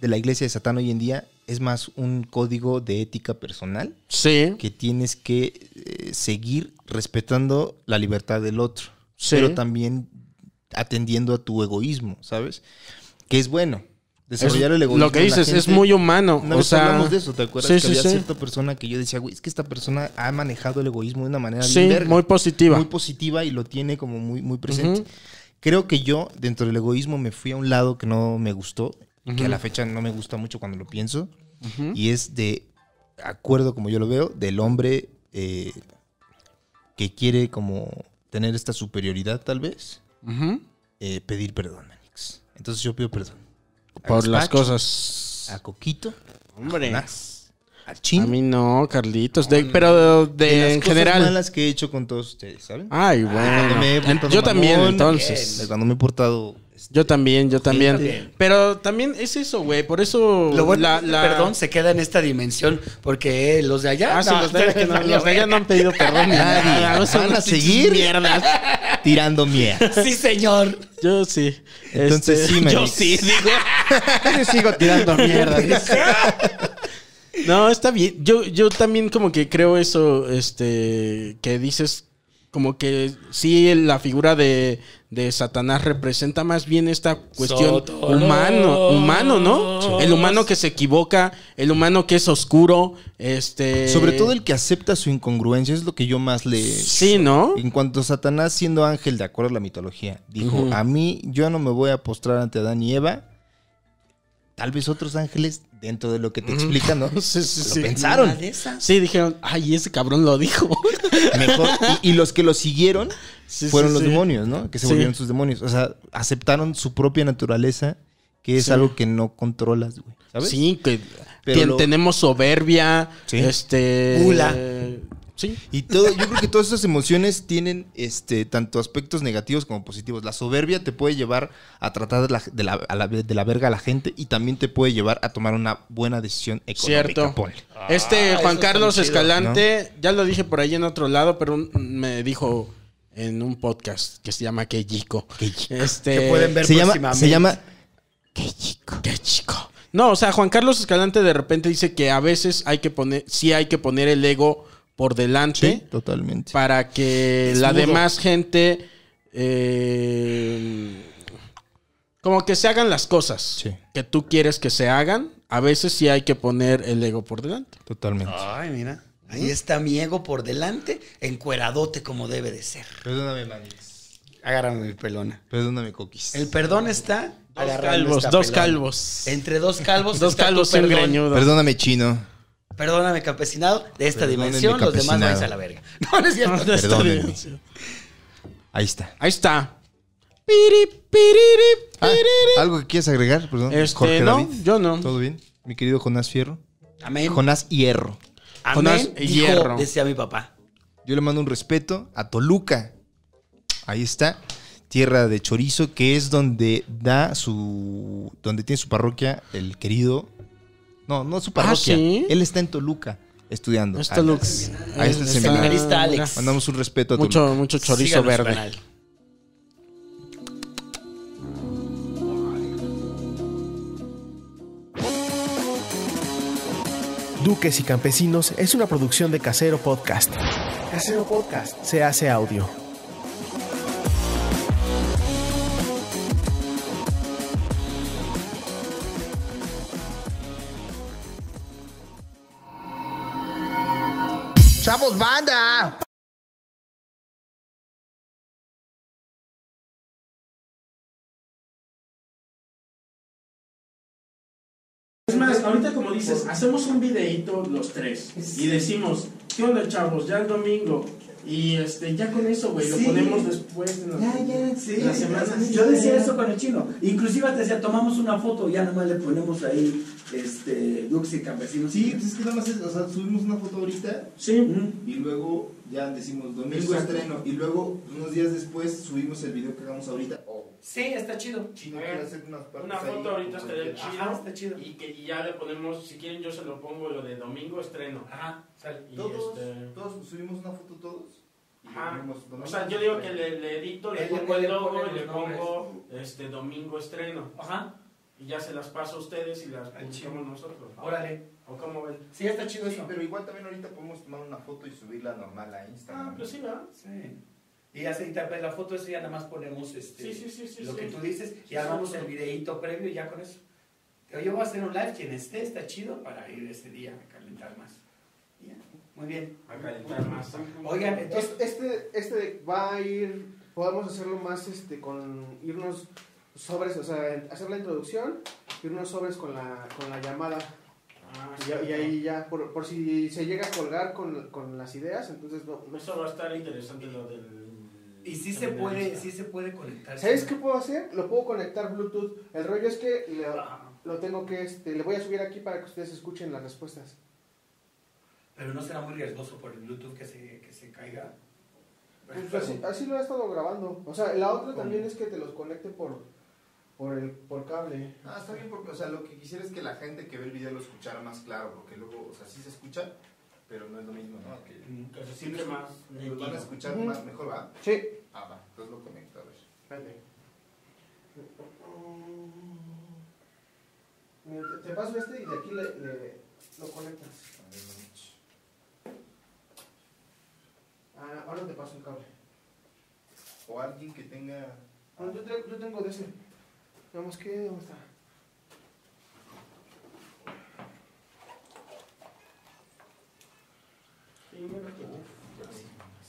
Speaker 5: de la iglesia de Satán hoy en día, es más un código de ética personal
Speaker 7: Sí.
Speaker 5: que tienes que eh, seguir respetando la libertad del otro,
Speaker 7: Sí.
Speaker 5: pero también atendiendo a tu egoísmo, ¿sabes? Que es bueno. Desarrollar
Speaker 7: Es-
Speaker 5: el egoísmo.
Speaker 7: Lo que
Speaker 5: en la
Speaker 7: dices es
Speaker 5: gente.
Speaker 7: muy humano.
Speaker 5: Una
Speaker 7: o
Speaker 5: vez
Speaker 7: sea,
Speaker 5: hablamos de eso, ¿te acuerdas?
Speaker 7: sí,
Speaker 5: que
Speaker 7: sí,
Speaker 5: había
Speaker 7: sí.
Speaker 5: cierta persona que yo decía, güey, es que esta persona ha manejado el egoísmo de una manera
Speaker 7: sí,
Speaker 5: bien verga,
Speaker 7: muy positiva.
Speaker 5: muy positiva y lo tiene como muy, muy presente.
Speaker 7: Ujú.
Speaker 5: Creo que yo, dentro del egoísmo, me fui a un lado que no me gustó, que
Speaker 7: Ujú.
Speaker 5: a la fecha no me gusta mucho cuando lo pienso,
Speaker 7: Ujú.
Speaker 5: y es de acuerdo, como yo lo veo, del hombre eh, que quiere como tener esta superioridad, tal vez,
Speaker 7: Ujú.
Speaker 5: eh, pedir perdón, Manix. Entonces yo pido perdón. A
Speaker 7: Por las
Speaker 5: Gaspacho,
Speaker 7: cosas.
Speaker 5: A Coquito,
Speaker 7: Hombre.
Speaker 5: Jonás, Al
Speaker 7: A
Speaker 5: chin.
Speaker 7: mí no, Carlitos. de- pero de,
Speaker 5: de Mm. las
Speaker 7: en
Speaker 5: cosas
Speaker 7: general.
Speaker 5: malas Ah, que he hecho con todos ustedes, ¿saben?
Speaker 7: Ay,
Speaker 5: Cuando
Speaker 7: bueno.
Speaker 5: me he
Speaker 7: En-
Speaker 5: portado
Speaker 7: yo también,
Speaker 5: mamón,
Speaker 7: entonces.
Speaker 5: de Cuando me he portado. este,
Speaker 7: Yo también, yo también.
Speaker 6: también.
Speaker 7: Pero también es eso, güey. Por eso.
Speaker 6: Lo bueno
Speaker 7: la-
Speaker 6: es que
Speaker 7: la-
Speaker 6: perdón se queda en esta dimensión porque eh, los de allá.
Speaker 7: Ah, sí, los de allá que no-
Speaker 6: valió
Speaker 7: los de allá no han pedido perdón ni
Speaker 5: Nadie.
Speaker 7: nada. No son
Speaker 5: Van a
Speaker 7: unos pinches
Speaker 5: seguir.
Speaker 7: Mierdas.
Speaker 5: Tirando mierda.
Speaker 6: verga. Sí, señor.
Speaker 7: Yo sí. Este,
Speaker 5: Entonces sí,
Speaker 7: Yo
Speaker 5: Manix.
Speaker 7: sí, digo.
Speaker 8: Yo sigo tirando mierda.
Speaker 7: No, está bien. Yo, yo también como que creo eso, este, que dices, como que sí, la figura de, de Satanás representa más bien esta cuestión
Speaker 6: Sotolos.
Speaker 7: humano, humano, ¿no? El humano que se equivoca, el humano que es oscuro, este...
Speaker 5: Sobre todo el que acepta su incongruencia es lo que yo más le.
Speaker 7: Sí, ¿no?
Speaker 5: En cuanto a Satanás siendo ángel, de acuerdo a la mitología, dijo:
Speaker 7: Ujú.
Speaker 5: A mí, yo no me voy a postrar ante Adán y Eva. Tal vez otros ángeles, dentro de lo que te explican, ¿no?
Speaker 7: Mm. Sí, sí,
Speaker 5: Lo
Speaker 7: sí.
Speaker 5: pensaron.
Speaker 7: Sí, dijeron, ay, ese cabrón lo dijo.
Speaker 5: Mejor. Y, y los que lo siguieron
Speaker 7: Sí,
Speaker 5: fueron
Speaker 7: sí,
Speaker 5: los
Speaker 7: sí.
Speaker 5: demonios, ¿no? Que se
Speaker 7: Sí.
Speaker 5: volvieron sus demonios. O sea, aceptaron su propia naturaleza, que es
Speaker 7: Sí.
Speaker 5: algo que no controlas, güey. ¿Sabes?
Speaker 7: Sí, que
Speaker 5: Pero
Speaker 7: ten-
Speaker 5: lo-
Speaker 7: tenemos soberbia,
Speaker 5: Sí.
Speaker 7: este...
Speaker 6: Gula.
Speaker 7: Sí.
Speaker 5: Y todo, yo creo que todas esas emociones tienen este, tanto aspectos negativos como positivos. La soberbia te puede llevar a tratar de la, de la- a la- de la verga a la gente y también te puede llevar a tomar una buena decisión económica.
Speaker 7: Cierto.
Speaker 5: ponle.
Speaker 7: Este Juan Carlos
Speaker 6: chido,
Speaker 7: Escalante, ya lo dije por ahí en otro lado, pero un- me dijo en un podcast que se llama Qué chico. Este,
Speaker 6: Que pueden ver
Speaker 5: Se llama,
Speaker 6: próximamente.
Speaker 5: se llama
Speaker 7: Qué chico. No, o sea, Juan Carlos Escalante de repente dice que a veces hay que poner, sí hay que poner el ego por delante
Speaker 5: Sí, totalmente.
Speaker 7: para que la
Speaker 5: Desnudo.
Speaker 7: demás gente eh, como que se hagan las cosas
Speaker 5: Sí.
Speaker 7: que tú quieres que se hagan. A veces sí hay que poner el ego por delante.
Speaker 5: Totalmente.
Speaker 7: Ah.
Speaker 6: Ay, mira.
Speaker 7: ¿Eh?
Speaker 6: Ahí está mi ego por delante, encueradote como debe de ser.
Speaker 5: Perdóname, Manix.
Speaker 6: Agárrame mi pelona.
Speaker 5: Perdóname, Coquis.
Speaker 6: El perdón está.
Speaker 7: Dos
Speaker 6: agarrando
Speaker 7: calvos,
Speaker 6: esta
Speaker 7: dos
Speaker 6: pelona.
Speaker 7: calvos.
Speaker 6: Entre dos calvos.
Speaker 7: Dos
Speaker 6: está tu
Speaker 7: calvos y un
Speaker 6: perdón.
Speaker 7: greñudo.
Speaker 5: Perdóname, chino.
Speaker 6: Perdóname, campesinado. De esta
Speaker 5: Perdónenme,
Speaker 6: dimensión, los demás
Speaker 5: campesinado.
Speaker 6: vais a la verga. No, no es cierto.
Speaker 7: No, está bien.
Speaker 5: Perdónenme. Ahí está.
Speaker 7: Ahí está. Piri, piriri,
Speaker 5: Ah,
Speaker 7: piriri.
Speaker 5: ¿Algo que quieres agregar? Perdón.
Speaker 7: Este, no, yo no.
Speaker 5: ¿Todo bien? Mi querido Jonás Fierro.
Speaker 6: Amén.
Speaker 5: Jonás Hierro.
Speaker 6: Amén.
Speaker 7: Jonás
Speaker 6: dijo,
Speaker 7: Hierro.
Speaker 6: Decía mi papá.
Speaker 5: Yo le mando un respeto a Toluca. Ahí está. Tierra de Chorizo, que es donde da su. donde tiene su parroquia, el querido. No, no su parroquia.
Speaker 7: ¿sí?
Speaker 5: Él está en Toluca estudiando.
Speaker 7: Está
Speaker 5: Ahí-
Speaker 7: Este Lux. este,
Speaker 5: Ahí está el
Speaker 7: Está-
Speaker 5: seminario.
Speaker 6: seminarista Alex.
Speaker 5: Mandamos un respeto a Toluca.
Speaker 7: Mucho, mucho chorizo
Speaker 6: Síganos,
Speaker 7: verde.
Speaker 6: canal.
Speaker 1: Duques y Campesinos es una producción de Casero Podcast. Casero Podcast se hace audio.
Speaker 2: ¡Chavos, banda!
Speaker 7: Es más, ahorita como dices, hacemos un videíto los tres y decimos, ¿qué onda chavos? Ya el domingo. Y este, ya con eso, güey,
Speaker 10: Sí.
Speaker 7: lo ponemos después en la,
Speaker 10: Sí,
Speaker 7: la semana.
Speaker 10: yo decía eso con el chino. Inclusive te decía, tomamos una foto, ya nomás le ponemos ahí este Dux y Campesinos.
Speaker 5: Sí, pues es que nada más es, o sea, subimos una foto ahorita
Speaker 7: Sí.
Speaker 10: Mm.
Speaker 5: y luego ya decimos domingo
Speaker 10: Exacto.
Speaker 5: estreno y luego unos días después subimos el video que hagamos ahorita. Oh. O
Speaker 10: Sí, está chido.
Speaker 5: chino quiere hacer unas partes
Speaker 7: Una
Speaker 5: ahí,
Speaker 7: foto ahorita
Speaker 5: como
Speaker 7: estaría
Speaker 5: que-
Speaker 10: Ajá,
Speaker 7: chido.
Speaker 10: está chido.
Speaker 7: Y, que, y ya le ponemos, si quieren, yo se lo pongo lo de domingo estreno.
Speaker 10: Ajá, sale.
Speaker 7: Y
Speaker 5: Todos,
Speaker 7: este.
Speaker 5: todos subimos una foto todos. y
Speaker 7: Ajá.
Speaker 5: ponemos domingo
Speaker 7: O sea, yo digo que
Speaker 5: estreno.
Speaker 7: le, le edito, le
Speaker 10: Él le
Speaker 7: pongo el
Speaker 10: puede
Speaker 7: logo
Speaker 10: poner
Speaker 7: y le
Speaker 10: los nombres.
Speaker 7: pongo este domingo estreno.
Speaker 10: Ajá,
Speaker 7: Y ya se las paso a ustedes y las publicamos nosotros.
Speaker 10: órale.
Speaker 7: ¿O cómo ven?
Speaker 10: Sí, está chido
Speaker 5: Sí,
Speaker 10: eso.
Speaker 5: pero igual también ahorita podemos tomar una foto y subirla normal a Instagram.
Speaker 7: Ah, pues sí, ¿verdad?
Speaker 10: Sí. Y ya se interpreta la foto, eso ya nada más ponemos este,
Speaker 7: Sí, sí, sí, sí.
Speaker 10: lo
Speaker 7: sí.
Speaker 10: que tú dices
Speaker 7: Sí,
Speaker 10: y hagamos
Speaker 7: sí.
Speaker 10: el videíto previo y ya con eso. Yo voy a hacer un live, quien esté, está chido para ir ese día a calentar más. Ya, Muy bien.
Speaker 7: A calentar más.
Speaker 10: Oigan, entonces...
Speaker 8: Este, este va a ir. Podemos hacerlo más este con irnos sobres, o sea, hacer la introducción, irnos sobres con la, con la llamada.
Speaker 7: Ah,
Speaker 8: Y, ya- y ahí ya, por, por si se llega a colgar con, con las ideas, entonces no, no-
Speaker 7: Eso va a estar interesante lo del.
Speaker 10: Y sí se puede, sí se puede conectar.
Speaker 8: ¿Sabes qué puedo hacer? Lo puedo conectar Bluetooth. El rollo es que le- lo tengo que, este, le voy a subir aquí para que ustedes escuchen las respuestas.
Speaker 6: Pero no será muy riesgoso por el Bluetooth que se, que se caiga.
Speaker 8: Pues así, así lo he estado grabando. O sea, la otra también es que te los conecte por, por, el, por cable.
Speaker 5: Ah, está bien, porque, o sea, lo que quisiera es que la gente que ve el video lo escuchara más claro, porque luego, o sea, sí se escucha, pero no es lo mismo, ¿no? Que,
Speaker 7: Mm,
Speaker 5: o sea, sí lo, más lo van a escuchar más, mejor, ¿va?
Speaker 8: Sí.
Speaker 5: Ah, va, entonces lo conecto, a ver.
Speaker 8: Mira, te- Te paso este y de aquí le, le- lo conectas.
Speaker 5: A ver, Manich.
Speaker 8: Ah, ahora te paso el cable.
Speaker 5: O alguien que tenga...
Speaker 8: Ah, yo, traigo- yo tengo de ese. Nada más que, ¿dónde está?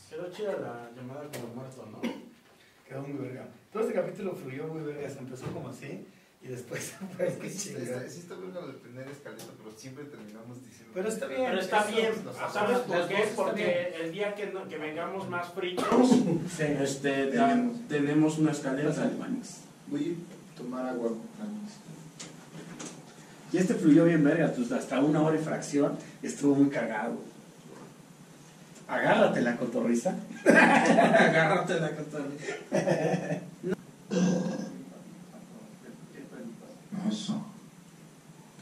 Speaker 11: Quedó chida la llamada con el muerto, ¿no?
Speaker 6: Quedó muy verga. Todo este capítulo fluyó muy verga. Se empezó como así y después fue que
Speaker 5: Sí está,
Speaker 6: chingada.
Speaker 5: sí está bueno lo de tener escaleta, pero siempre terminamos diciendo...
Speaker 6: Pero está bien.
Speaker 7: Pero está
Speaker 5: Eso
Speaker 7: bien,
Speaker 5: nos
Speaker 7: ¿sabes
Speaker 5: ahorra.
Speaker 7: por
Speaker 6: Las
Speaker 7: qué?
Speaker 6: voces
Speaker 7: Porque
Speaker 6: también.
Speaker 7: el día que, no- que vengamos más fritos, este, da-
Speaker 5: Tenemos.
Speaker 7: tenemos una escaleta.
Speaker 5: Voy a tomar agua.
Speaker 6: Y este fluyó bien verga. Pues hasta una hora y fracción estuvo muy cagado. Agárrate la cotorriza. Agárrate la cotorriza.
Speaker 5: Eso.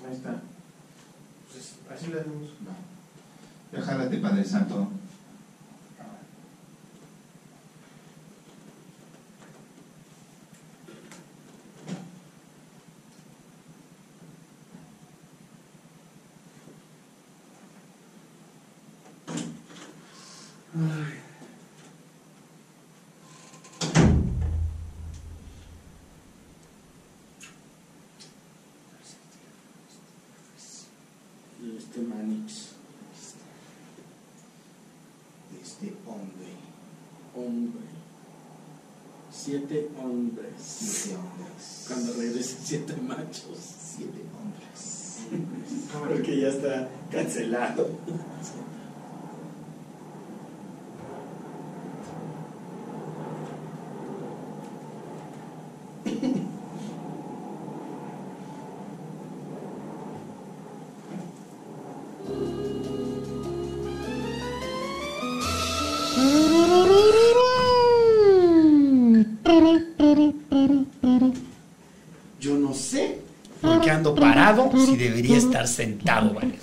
Speaker 7: Ahí está. Pues, así le damos.
Speaker 5: Déjálate, Padre Santo.
Speaker 7: Este Manix.
Speaker 5: Este hombre.
Speaker 7: Hombre. Siete hombres.
Speaker 5: Siete hombres.
Speaker 7: Cuando regresen siete machos.
Speaker 5: Siete hombres.
Speaker 7: Porque ya está cancelado.
Speaker 4: Yo no sé por qué ando parado si debería estar sentado, ¿vale?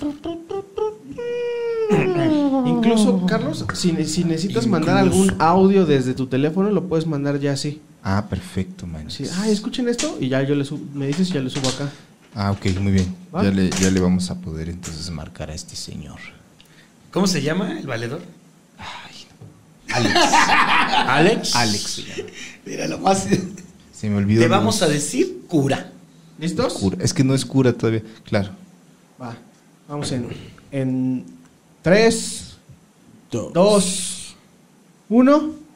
Speaker 8: Incluso, Carlos, si, ne- si necesitas mandar algún audio desde tu teléfono, lo puedes mandar ya así.
Speaker 12: Ah, perfecto, man.
Speaker 8: Así, ah, escuchen esto y ya yo le subo, me dices y ya le subo acá.
Speaker 12: Ah, ok, muy bien.
Speaker 8: ¿Va?
Speaker 12: Ya le, ya le vamos a poder entonces marcar a este señor.
Speaker 4: ¿Cómo se llama el valedor?
Speaker 12: Alex.
Speaker 4: ¿Alex?
Speaker 12: Alex se llama.
Speaker 4: Mira, lo más.
Speaker 12: Se me olvidó.
Speaker 4: Le
Speaker 12: el
Speaker 4: vamos a
Speaker 12: nombre.
Speaker 4: decir cura.
Speaker 8: ¿Listos?
Speaker 12: Cura. Es que no es cura todavía. Claro.
Speaker 8: Va. Vamos en. En. 3, 2, 1.